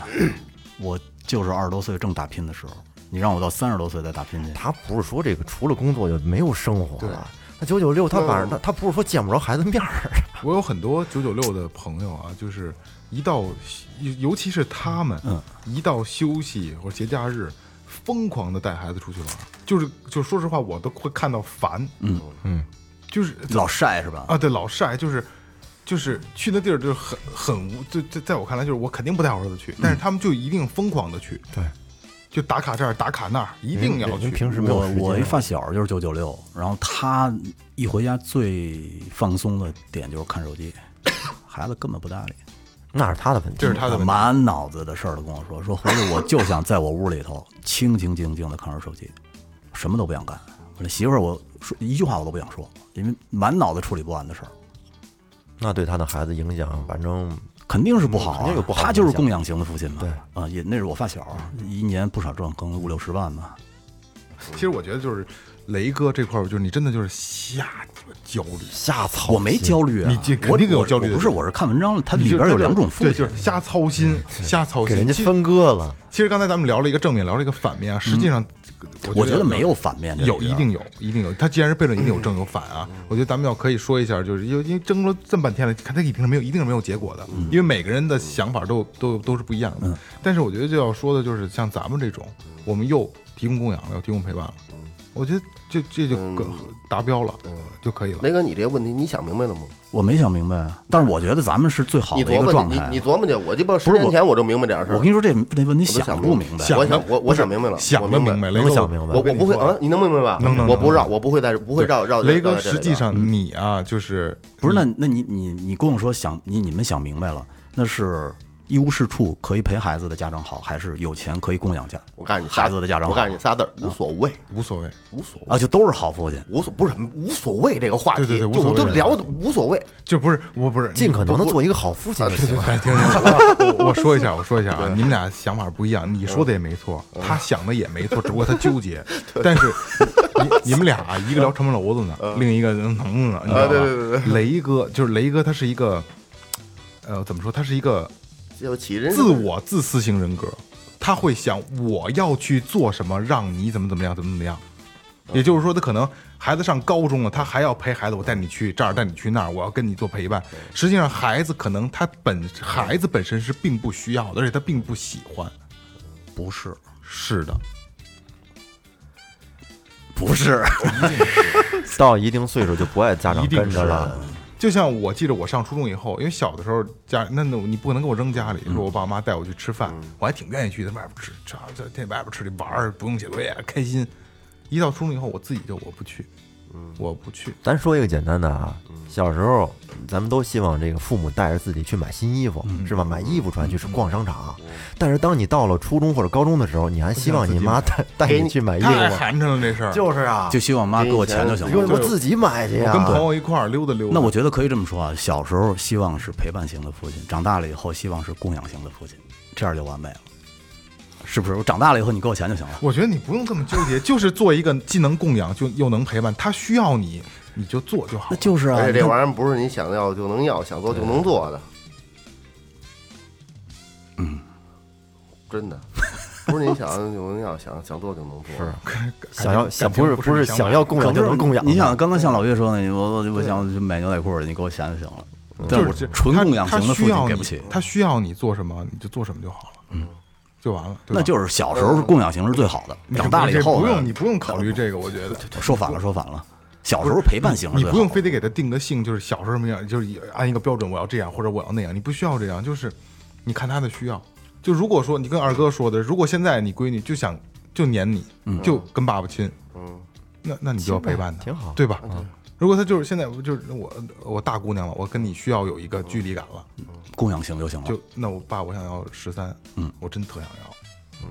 [SPEAKER 5] 我就是二十多岁正打拼的时候，你让我到三十多岁再打拼去，
[SPEAKER 1] 他不是说这个除了工作就没有生活了。他九九六，他晚上他他不是说见不着孩子面儿，
[SPEAKER 3] 我有很多九九六的朋友啊，就是一到尤尤其是他们，
[SPEAKER 5] 嗯
[SPEAKER 3] 一到休息或者节假日，疯狂的带孩子出去玩，就是就说实话，我都会看到烦，嗯
[SPEAKER 1] 嗯，
[SPEAKER 3] 就是
[SPEAKER 5] 老晒是吧？
[SPEAKER 3] 啊，对，老晒就是就是去那地儿就是很很无，就在在我看来就是我肯定不带我儿子去，但
[SPEAKER 5] 嗯
[SPEAKER 3] 是他们就一定疯狂的去，
[SPEAKER 1] 对，
[SPEAKER 3] 就打卡这儿打卡那儿，一
[SPEAKER 1] 一
[SPEAKER 3] 定要去。
[SPEAKER 1] 平时没有
[SPEAKER 5] 我
[SPEAKER 1] 时间
[SPEAKER 5] 我一发小就是九九六，然后他一回家最放松的点就是看手机，孩子根本不搭理。
[SPEAKER 1] 那是他的问题，
[SPEAKER 3] 这是他的问题
[SPEAKER 5] 满脑子的事儿的跟我说，说回去我就想在我屋里头清清静静的看着手机，什么都不想干。我这媳妇儿，我说一句话我都不想说，因为满脑子处理不完的事儿，
[SPEAKER 1] 那对他的孩子影响，反正
[SPEAKER 5] 肯定
[SPEAKER 3] 嗯
[SPEAKER 5] 是不好、啊。
[SPEAKER 1] 肯定有不好的
[SPEAKER 5] 他就是
[SPEAKER 1] 影响
[SPEAKER 5] 供养型的父亲嘛。
[SPEAKER 1] 对
[SPEAKER 5] 啊，也那是我发小，一年不少赚，可能五六十万吧。
[SPEAKER 3] 其实我觉得就是雷哥这块儿，就是你真的就是瞎鸡巴焦虑。
[SPEAKER 1] 瞎操心。
[SPEAKER 5] 我没焦虑啊，
[SPEAKER 3] 你这肯
[SPEAKER 5] 我
[SPEAKER 3] 定有
[SPEAKER 5] 我
[SPEAKER 3] 焦虑的
[SPEAKER 5] 我不是，
[SPEAKER 3] 地方
[SPEAKER 5] 我是看文章了，它
[SPEAKER 3] 你
[SPEAKER 5] 里
[SPEAKER 3] 就
[SPEAKER 5] 边有
[SPEAKER 3] 真的
[SPEAKER 5] 两种父
[SPEAKER 3] 对，
[SPEAKER 5] 亲，嗯
[SPEAKER 3] 就是瞎操心，瞎操
[SPEAKER 1] 给
[SPEAKER 3] 心。
[SPEAKER 1] 人家
[SPEAKER 3] 其实
[SPEAKER 1] 分割了，
[SPEAKER 3] 其实刚才咱们聊了一个正面，聊了一个反面啊，实际上，
[SPEAKER 5] 嗯我觉
[SPEAKER 3] 觉
[SPEAKER 5] 得没有反面的
[SPEAKER 3] 有
[SPEAKER 5] 这
[SPEAKER 3] 一
[SPEAKER 5] 个
[SPEAKER 3] 定有，一定有。他既然是悖论，一定有正有反啊。我觉得咱们要可以说一下，就是因为因为争了这么半天了，看他一定是没有，一定是没有结果的，因为每个人的想法都都都是不一样的。但是我觉得就要说的就是，像咱们这种，我们又提供供养了，又提供陪伴了，我觉得这这就可达标了，就可以了。
[SPEAKER 4] 雷哥，你这个问题你想明白了吗？
[SPEAKER 5] 我没想明白啊。但是我觉得咱们是最好
[SPEAKER 4] 你
[SPEAKER 5] 的一
[SPEAKER 4] 琢
[SPEAKER 5] 个
[SPEAKER 4] 磨
[SPEAKER 5] 状
[SPEAKER 4] 你
[SPEAKER 5] 态
[SPEAKER 4] 你
[SPEAKER 5] 啊。
[SPEAKER 4] 你琢磨去，我鸡巴十
[SPEAKER 5] 不是
[SPEAKER 4] 年
[SPEAKER 5] 我
[SPEAKER 4] 前我就明白点事儿
[SPEAKER 5] 我跟，你说这这问题
[SPEAKER 4] 我都
[SPEAKER 5] 想
[SPEAKER 4] 想
[SPEAKER 5] 不
[SPEAKER 4] 不
[SPEAKER 5] 明白，
[SPEAKER 3] 想
[SPEAKER 4] 我
[SPEAKER 3] 明白
[SPEAKER 4] 想我我想明白了，
[SPEAKER 3] 想
[SPEAKER 4] 我
[SPEAKER 3] 得
[SPEAKER 4] 明白
[SPEAKER 3] 白，
[SPEAKER 4] 了
[SPEAKER 3] 雷
[SPEAKER 1] 能
[SPEAKER 3] 哥，
[SPEAKER 1] 想明白
[SPEAKER 4] 我我不会啊，你能明白吧？
[SPEAKER 3] 能能
[SPEAKER 4] 我不绕，我不会在不会绕绕
[SPEAKER 3] 雷
[SPEAKER 4] 绕
[SPEAKER 3] 哥，
[SPEAKER 4] 这
[SPEAKER 3] 实
[SPEAKER 4] 里
[SPEAKER 3] 际
[SPEAKER 4] 的
[SPEAKER 3] 上你啊，就是
[SPEAKER 5] 不是，那那你你你跟我说想你你们想明白了，那是一无是处可以陪孩子的家长好，还是有钱可以供养家
[SPEAKER 4] 我告诉你仨
[SPEAKER 5] 孩子的家长好？
[SPEAKER 4] 我告诉你仨字儿，无所谓，
[SPEAKER 3] 无所谓。
[SPEAKER 4] 无所谓，
[SPEAKER 5] 啊，就都是好父亲。
[SPEAKER 4] 无所不是无所谓这个话
[SPEAKER 3] 对
[SPEAKER 4] 题，
[SPEAKER 3] 对对
[SPEAKER 4] 就
[SPEAKER 3] 无所
[SPEAKER 4] 我
[SPEAKER 3] 谓
[SPEAKER 4] 都聊的无所谓，
[SPEAKER 3] 就不是我不是
[SPEAKER 1] 尽可能的做一个好父亲就行了。
[SPEAKER 3] 哎，听听， 我我说一下，我说一下啊，你们俩想法不一样，你说的也没错，他想的也没错，只不过他纠结。但是你你们俩啊，一个聊城门楼子呢，另一个能能呢，你知道吧？雷哥就是雷哥，他是一个，呃，怎么说？他是一个
[SPEAKER 4] 就起人
[SPEAKER 3] 自我自私型人格，他会想我要去做什么，让你怎么怎么样，怎么怎么样。也就是说，他可能孩子上高中了，他还要陪孩子，我带你去这儿，带你去那儿，我要跟你做陪伴。实际上，孩子可能他本孩子本身是并不需要的，而且他并不喜欢。不是，是的，
[SPEAKER 5] 不是，
[SPEAKER 1] 到一定岁数就不爱家长
[SPEAKER 3] 一定
[SPEAKER 1] 跟着
[SPEAKER 3] 是啊
[SPEAKER 1] 了，
[SPEAKER 3] 就像我记得我上初中以后，因为小的时候家那那你不可能给我扔家
[SPEAKER 5] 嗯
[SPEAKER 3] 里，说我爸妈带我去吃饭，我还挺愿意去在外边吃，这这在外边吃里玩儿，不用写作业，开心。一到初中以后，我自己就我不去，
[SPEAKER 5] 嗯
[SPEAKER 3] 我不去，
[SPEAKER 1] 咱说一个简单的啊，小时候咱们都希望这个父母带着自己去买新衣服，是吧？买衣服穿去是逛商场。但是当你到了初中或者高中的时候，你还希望你妈带带你去
[SPEAKER 5] 哎
[SPEAKER 1] 买衣服
[SPEAKER 3] 太哎
[SPEAKER 1] 吗？
[SPEAKER 3] 寒碜了这事儿。
[SPEAKER 1] 就是啊，
[SPEAKER 5] 就希望妈给我钱就行
[SPEAKER 1] 你说
[SPEAKER 5] 了。
[SPEAKER 1] 你们自己买去
[SPEAKER 3] 我
[SPEAKER 1] 呀。
[SPEAKER 3] 跟朋友一块儿溜达溜达，
[SPEAKER 5] 那我觉得可以这么说啊，小时候希望是陪伴型的父亲，长大了以后希望是供养型的父亲，这样就完美了，是不是？我长大了以后你给我钱就行了。
[SPEAKER 3] 我觉得你不用这么纠结，就是做一个既能供养就又能陪伴，他需要你你就做就好
[SPEAKER 5] 那
[SPEAKER 3] 了。
[SPEAKER 5] 就是啊，
[SPEAKER 4] 而且
[SPEAKER 5] 你
[SPEAKER 4] 这
[SPEAKER 5] 看
[SPEAKER 4] 玩意儿不是你想要就能要，想做就能做的。嗯，真的，不是你想要就能要，想想做就能做。是，
[SPEAKER 1] 想要
[SPEAKER 3] 感
[SPEAKER 1] 想
[SPEAKER 3] 情
[SPEAKER 1] 不是
[SPEAKER 3] 不是
[SPEAKER 1] 不是
[SPEAKER 3] 想
[SPEAKER 1] 想
[SPEAKER 3] 买
[SPEAKER 1] 要供
[SPEAKER 5] 可
[SPEAKER 1] 养就能供养的，
[SPEAKER 5] 你想，刚才像老岳说的，我我我想去买牛仔裤去，你给我钱就行了。但我
[SPEAKER 3] 嗯就是
[SPEAKER 5] 纯
[SPEAKER 3] 他
[SPEAKER 5] 供养
[SPEAKER 3] 他
[SPEAKER 5] 型的父
[SPEAKER 3] 需要
[SPEAKER 5] 亲给
[SPEAKER 3] 你
[SPEAKER 5] 不起，
[SPEAKER 3] 他需要你做什么你就做什么就好了，嗯，就完了。对吧
[SPEAKER 5] 那就是小时候是供养型是最好的，
[SPEAKER 3] 你
[SPEAKER 5] 长大了以后
[SPEAKER 3] 不
[SPEAKER 5] 呢
[SPEAKER 3] 用你不用啊考虑这个，我觉得
[SPEAKER 5] 说反了，说反了。小时候陪伴型是
[SPEAKER 3] 你
[SPEAKER 5] 最好
[SPEAKER 3] 不用非得给他定个性，就是小时候那样，就是按一个标准，我要这样或者我要那样，你不需要这样，就是你看他的需要。就如果说你跟二哥说的，如果现在你闺女就想就黏你，就跟爸爸亲，
[SPEAKER 4] 嗯，
[SPEAKER 3] 那那你就要陪伴他，
[SPEAKER 1] 挺好
[SPEAKER 3] 对吧？嗯如果他就是现在就是我我大姑娘了，我跟你需要有一个距离感了，
[SPEAKER 5] 供养型就行了。
[SPEAKER 3] 就那我爸我想要十三，嗯，我真特想要，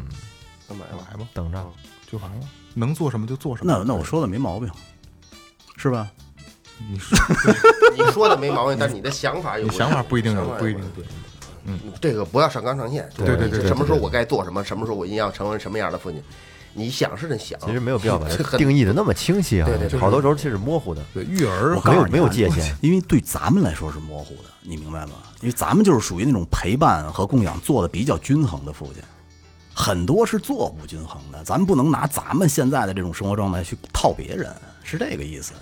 [SPEAKER 4] 那买吧。
[SPEAKER 3] 来吧，
[SPEAKER 1] 等着。
[SPEAKER 3] 嗯就完了，能做什么就做什么。
[SPEAKER 5] 那那我说的没毛病，是吧？
[SPEAKER 3] 你说
[SPEAKER 4] 你说的没毛病，但是你的想法有
[SPEAKER 3] 你想法不一定有
[SPEAKER 4] 想法
[SPEAKER 3] 不一定对，
[SPEAKER 4] 这个不要上纲上线。
[SPEAKER 3] 对对
[SPEAKER 4] 就是
[SPEAKER 3] 对对
[SPEAKER 4] 什么时候我该做什么，什么时候我一定要成为什么样的父亲，你想是真想，
[SPEAKER 1] 其实没有必要把
[SPEAKER 4] 这
[SPEAKER 1] 它
[SPEAKER 4] 很
[SPEAKER 1] 定义的那么清晰啊
[SPEAKER 4] 对对，对
[SPEAKER 1] 好多时候其实模糊的。
[SPEAKER 3] 对育儿
[SPEAKER 1] 我
[SPEAKER 3] 和
[SPEAKER 1] 没
[SPEAKER 5] 告
[SPEAKER 1] 有
[SPEAKER 5] 诉你
[SPEAKER 1] 没有
[SPEAKER 5] 啊
[SPEAKER 1] 界限，
[SPEAKER 5] 因为对咱们来说是模糊的，你明白吗？因为咱们就是属于那种陪伴和供养做的比较均衡的父亲，很多是做不均衡的。咱们不能拿咱们现在的这种生活状态去套别人，是这个意思。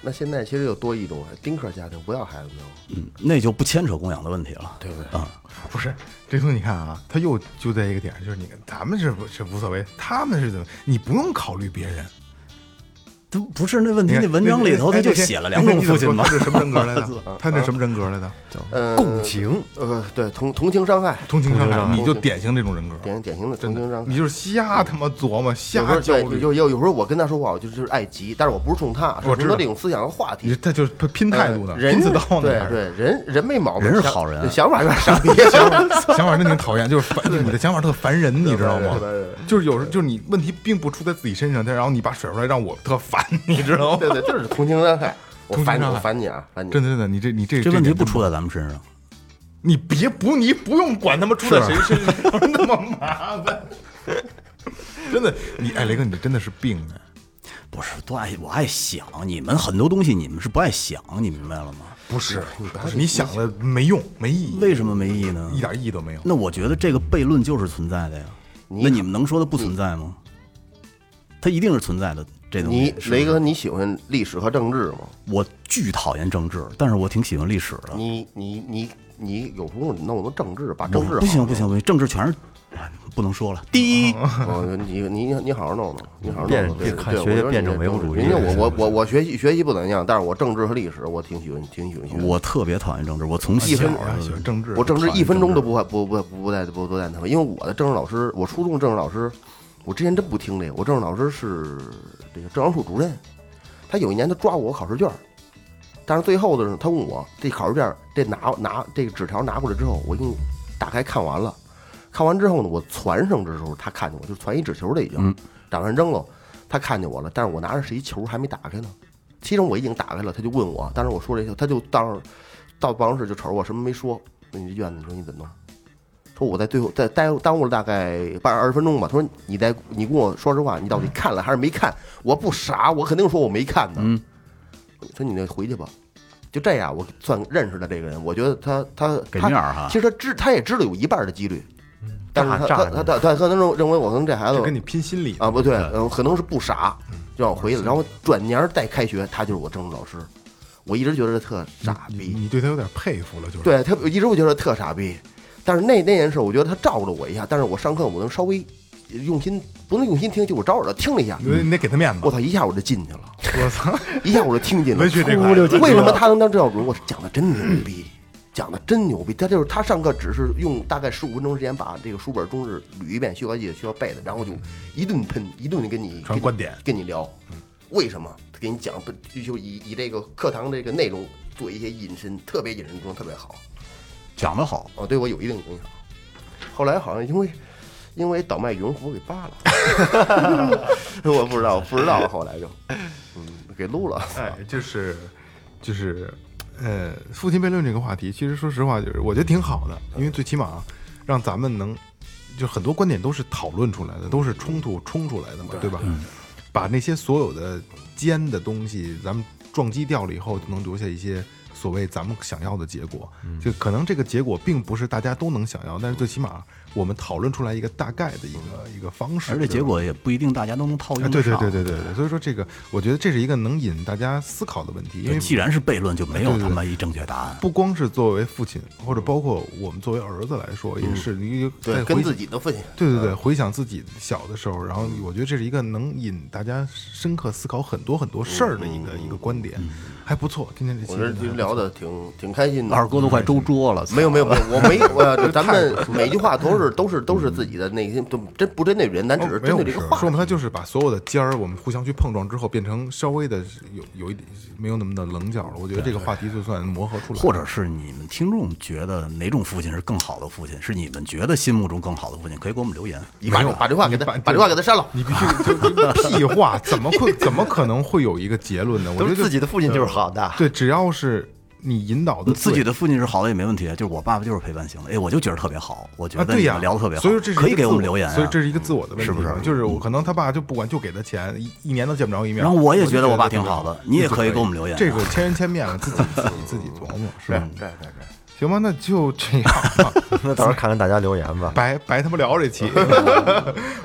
[SPEAKER 4] 那现在其实有多一种丁克家庭，不要孩子没有？
[SPEAKER 5] 嗯，那就不牵扯供养的问题了，对不对？啊、
[SPEAKER 3] 不是这东西，你看啊，他又就在一个点儿，就是你咱们是不是无所谓，他们是怎么，你不用考虑别人。
[SPEAKER 5] 都不是那问
[SPEAKER 3] 你
[SPEAKER 5] 题，
[SPEAKER 3] 看
[SPEAKER 5] 那文章里头他就写了两种父 亲嘛
[SPEAKER 3] 他。是什么人格 来的？他那什么人格来的？
[SPEAKER 4] 呃，
[SPEAKER 1] 共情，
[SPEAKER 4] 呃，对，同同情伤害，
[SPEAKER 3] 同情伤
[SPEAKER 4] 同情伤
[SPEAKER 3] 害，
[SPEAKER 4] 害
[SPEAKER 3] 你就典型这种人格，
[SPEAKER 4] 典典型的
[SPEAKER 3] 真
[SPEAKER 4] 同情
[SPEAKER 3] 的
[SPEAKER 4] 伤，害
[SPEAKER 3] 你。就是瞎他妈琢磨，
[SPEAKER 4] 有时
[SPEAKER 3] 瞎
[SPEAKER 4] 候
[SPEAKER 3] 焦
[SPEAKER 4] 对，
[SPEAKER 3] 虑，
[SPEAKER 4] 有有有时候我跟他说话，我就就是爱急，但是我不是冲他，是
[SPEAKER 3] 我知
[SPEAKER 4] 冲
[SPEAKER 3] 道
[SPEAKER 4] 他这种思想和话
[SPEAKER 3] 你
[SPEAKER 4] 题。
[SPEAKER 3] 他就是拼态度的，
[SPEAKER 4] 呃人
[SPEAKER 3] 拼刺刀
[SPEAKER 4] 对
[SPEAKER 3] 呢，还是
[SPEAKER 4] 对，人人没毛病，
[SPEAKER 5] 人是
[SPEAKER 4] 想
[SPEAKER 5] 好人
[SPEAKER 3] 啊
[SPEAKER 4] 对想法有点傻逼，
[SPEAKER 3] 想法想法真挺讨厌，就是烦你的想法特烦人，你知道吗
[SPEAKER 4] 对对对对？
[SPEAKER 3] 就是有时就是你问题并不出在自己身上，但然后你把甩出来让我特烦，你知道吗？
[SPEAKER 4] 对对，就是同情伤害。我
[SPEAKER 3] 同情
[SPEAKER 4] 烦你，
[SPEAKER 3] 伤
[SPEAKER 4] 我
[SPEAKER 3] 害
[SPEAKER 4] 烦你啊，烦你！
[SPEAKER 3] 真的真的，你这你这
[SPEAKER 5] 这问题
[SPEAKER 3] 点
[SPEAKER 5] 不
[SPEAKER 3] 真
[SPEAKER 5] 出在咱们身上，
[SPEAKER 3] 你别不，你不用管他妈出在谁身上 那么麻烦。真的，你哎，雷哥，你真的是病哎！
[SPEAKER 5] 不是都爱我爱想，你们很多东西你们是不爱想，你明白了吗？
[SPEAKER 3] 不是，不是你想的没用，没意义，
[SPEAKER 5] 为什么没意义呢？
[SPEAKER 3] 一点意义都没有。
[SPEAKER 5] 那我觉得这个悖论就是存在的呀。
[SPEAKER 4] 你
[SPEAKER 5] 那你们能说它不存在吗？它一定是存在的。这东西，
[SPEAKER 4] 你
[SPEAKER 5] 是不是
[SPEAKER 4] 雷哥，，你喜欢历史和政治吗？
[SPEAKER 5] 我巨讨厌政治，但是我挺喜欢历史的。
[SPEAKER 4] 你你你你有时候你弄弄政治，把
[SPEAKER 5] 我
[SPEAKER 4] 政治
[SPEAKER 5] 不行
[SPEAKER 4] 好
[SPEAKER 5] 不行不行，政治全是哎不能说了。第一，
[SPEAKER 4] 好弄，你你你好好弄弄，你好好弄
[SPEAKER 1] 辩
[SPEAKER 4] 弄。对
[SPEAKER 1] 别看
[SPEAKER 4] 对
[SPEAKER 1] 学
[SPEAKER 4] 我
[SPEAKER 1] 学
[SPEAKER 4] 说你
[SPEAKER 1] 辩
[SPEAKER 4] 这
[SPEAKER 1] 证唯物主义
[SPEAKER 4] 因为我我我我学习学习不怎么样，但是我政治和历史我挺喜欢，挺喜欢学的。
[SPEAKER 5] 我特别讨厌政治，我从
[SPEAKER 4] 一
[SPEAKER 5] 小呃
[SPEAKER 4] 分
[SPEAKER 3] 啊，喜欢政治，
[SPEAKER 4] 我政治一分钟都不会不不不不带不不带他们，因为我的政治老师，我初中政治老师，我之前真不听这个，我政治老师是这个政治处主任，他有一年他抓我考试卷儿，但是最后的时候他问我这考试卷儿这拿拿这个纸条拿过来之后，我已经打开看完了，看完之后呢，我传上的时候他看见我，就传一纸球了已经，打算扔了，他看见我了，但是我拿着是一球还没打开呢，其实我已经打开了，他就问我，当时我说了一句，他就当时到办公室就瞅着我什么没说，那你这院子你说你怎么弄？说我在最后在耽耽误了大概半二十分钟吧。他说你在你跟我说实话，你到底看了还是没看？我不傻，我肯定说我没看的。
[SPEAKER 5] 嗯，
[SPEAKER 4] 说你那回去吧，就这样，我算认识了这个人。我觉得他他
[SPEAKER 5] 给
[SPEAKER 4] 他
[SPEAKER 5] 面儿哈
[SPEAKER 4] 其实他知他也知道有一半的几率，但是他他
[SPEAKER 1] 炸着
[SPEAKER 4] 他他他可能认为我跟这孩子
[SPEAKER 3] 就跟你拼心理的
[SPEAKER 4] 啊，不对，嗯，可能是不傻，就让我回去了。然后转年儿再开学，他就是我政治老师。我一直觉得他特傻
[SPEAKER 3] 你
[SPEAKER 4] 逼，
[SPEAKER 3] 你对他有点佩服了，就是
[SPEAKER 4] 对他一直我觉得特傻逼，但是那那件事，我觉得他照着我一下，但是我上课我能稍微用心，不能用心听，就我照着听了一下，
[SPEAKER 3] 你得，你得给他面子
[SPEAKER 4] 我。操，一下我就进去了，
[SPEAKER 3] 我操，
[SPEAKER 4] 一下我就听进了
[SPEAKER 3] 文学这块儿
[SPEAKER 4] 出溜为什么他能当政教主任？我讲的真牛逼，讲的真牛逼。他就是他上课只是用大概十五分钟时间把这个书本中式捋一遍，需要记得需要背的，然后就一顿喷，一顿跟你
[SPEAKER 3] 传观点
[SPEAKER 4] 跟你聊，为什么？他给你讲，不就以以这个课堂这个内容做一些引申，特别引申中特别好。
[SPEAKER 5] 讲得好，
[SPEAKER 4] 哦，对我有一定影响。后来好像因为因为倒卖羽绒服给扒了， 我不知道，不知道，后来就嗯给撸了。
[SPEAKER 5] 啊
[SPEAKER 3] 哎，就是就是呃，父亲悖论这个话题，其实说实话，就是我觉得挺好的，因为最起码啊让咱们能，就很多观点都是讨论出来的，都是冲突冲出来的嘛，对吧？
[SPEAKER 5] 嗯
[SPEAKER 3] 把那些所有的尖的东西，咱们撞击掉了以后，就能留下一些。所谓咱们想要的结果，
[SPEAKER 5] 嗯
[SPEAKER 3] 就可能这个结果并不是大家都能想要，但是最起码我们讨论出来一个大概的一个一个方式，
[SPEAKER 5] 而且
[SPEAKER 3] 对
[SPEAKER 5] 结
[SPEAKER 3] 吧
[SPEAKER 5] 果也不一定大家都能套
[SPEAKER 3] 啊，
[SPEAKER 5] 用
[SPEAKER 3] 对
[SPEAKER 5] 得
[SPEAKER 3] 对
[SPEAKER 5] 上。
[SPEAKER 3] 对对对对，所以说这个，我觉得这是一个能引大家思考的问题，因为
[SPEAKER 5] 既然是悖论，就没有
[SPEAKER 3] 对对
[SPEAKER 5] 他
[SPEAKER 3] 对
[SPEAKER 5] 妈一正确答案。
[SPEAKER 3] 不光是作为父亲，或者包括我们作为儿子来说，也是你在
[SPEAKER 4] 嗯对，
[SPEAKER 3] 哎回
[SPEAKER 4] 跟自己嗯的父亲，
[SPEAKER 3] 对对对，回想自己小的时候，然后我觉得这是一个能引大家深刻思考很多很多事儿的一个一个观点，还不错。今天这期
[SPEAKER 4] 嗯我这就聊聊的挺挺开心的。嗯
[SPEAKER 5] 二哥都快周桌了，
[SPEAKER 4] 没有 没有没有，我没我这咱们
[SPEAKER 3] 太
[SPEAKER 4] 每句话都是都是都是自己的内心，都真不针对人，咱只是
[SPEAKER 3] 哦没
[SPEAKER 4] 针
[SPEAKER 3] 有
[SPEAKER 4] 对这个话
[SPEAKER 3] 说嘛，它就是把所有的尖儿，我们互相去碰撞之后，变成稍微的有有一点没有那么的棱角了。我觉得这个话题就算磨合出来了，
[SPEAKER 5] 或者是你们听众觉得哪种父亲是更好的父亲，是你们觉得心目中更好的父亲，可以给我们留言。
[SPEAKER 4] 你把把这话给他
[SPEAKER 3] 啊你把
[SPEAKER 4] 把这话给他删了。
[SPEAKER 3] 你必须 就是屁话，怎么会怎么可能会有一个结论呢？我
[SPEAKER 1] 都
[SPEAKER 3] 觉得
[SPEAKER 1] 是
[SPEAKER 3] 就
[SPEAKER 1] 自己的父亲就是好的，
[SPEAKER 3] 对，只要是你引导的
[SPEAKER 5] 自己
[SPEAKER 3] 嗯对
[SPEAKER 5] 的父亲是好的也没问题，就是我爸爸就是陪伴型的，哎，我就觉得特别好，我觉
[SPEAKER 3] 啊，
[SPEAKER 5] 得
[SPEAKER 3] 对
[SPEAKER 5] 你
[SPEAKER 3] 呀、
[SPEAKER 5] 们聊得特别好，
[SPEAKER 3] 所以这是
[SPEAKER 5] 可
[SPEAKER 3] 一
[SPEAKER 5] 以
[SPEAKER 3] 个
[SPEAKER 5] 给我们
[SPEAKER 3] 自我
[SPEAKER 5] 留言、啊。
[SPEAKER 3] 所以这是一个自我的问题，
[SPEAKER 5] 是不是
[SPEAKER 3] 就是我可能他爸就不管，就给他钱，一一年都见不着一面。
[SPEAKER 5] 然后我也
[SPEAKER 3] 就
[SPEAKER 5] 觉得我爸
[SPEAKER 3] 特别
[SPEAKER 5] 挺好的
[SPEAKER 3] 好
[SPEAKER 5] 你也
[SPEAKER 3] 就
[SPEAKER 5] 可以给我们留言啊嗯
[SPEAKER 3] 这个千人千面了，自己自己自己琢磨，是吧？对对对，行吧，那就这样吧。
[SPEAKER 1] 那到时候看看大家留言吧。
[SPEAKER 3] 白白他妈聊这 期，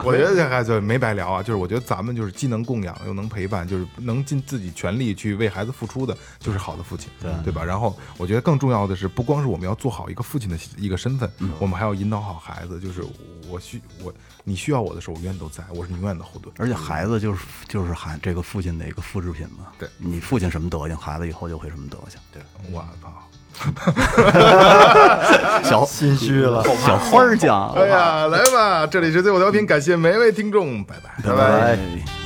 [SPEAKER 3] 我觉得这还就没白聊啊。就是我觉得咱们就是既能供养又能陪伴，就是能尽自己全力去为孩子付出的，就是好的父亲，对对吧？然后我觉得更重要的是，不光是我们要做好一个父亲的一个身份，
[SPEAKER 5] 嗯
[SPEAKER 3] 我们还要引导好孩子。就是我需我你需要我的时候，我永远都在，我是你永远的后盾。
[SPEAKER 5] 而且孩子就是就是孩这个父亲的一个复制品嘛。
[SPEAKER 3] 对
[SPEAKER 5] 你父亲什么德行，孩子以后就会什么德行。对，
[SPEAKER 3] 我操！
[SPEAKER 5] 小
[SPEAKER 1] 心虚了，
[SPEAKER 5] 小花儿讲，
[SPEAKER 3] 哎呀，来吧，这里是最后调频，感谢每位听众，拜拜。
[SPEAKER 1] 拜拜。
[SPEAKER 5] 拜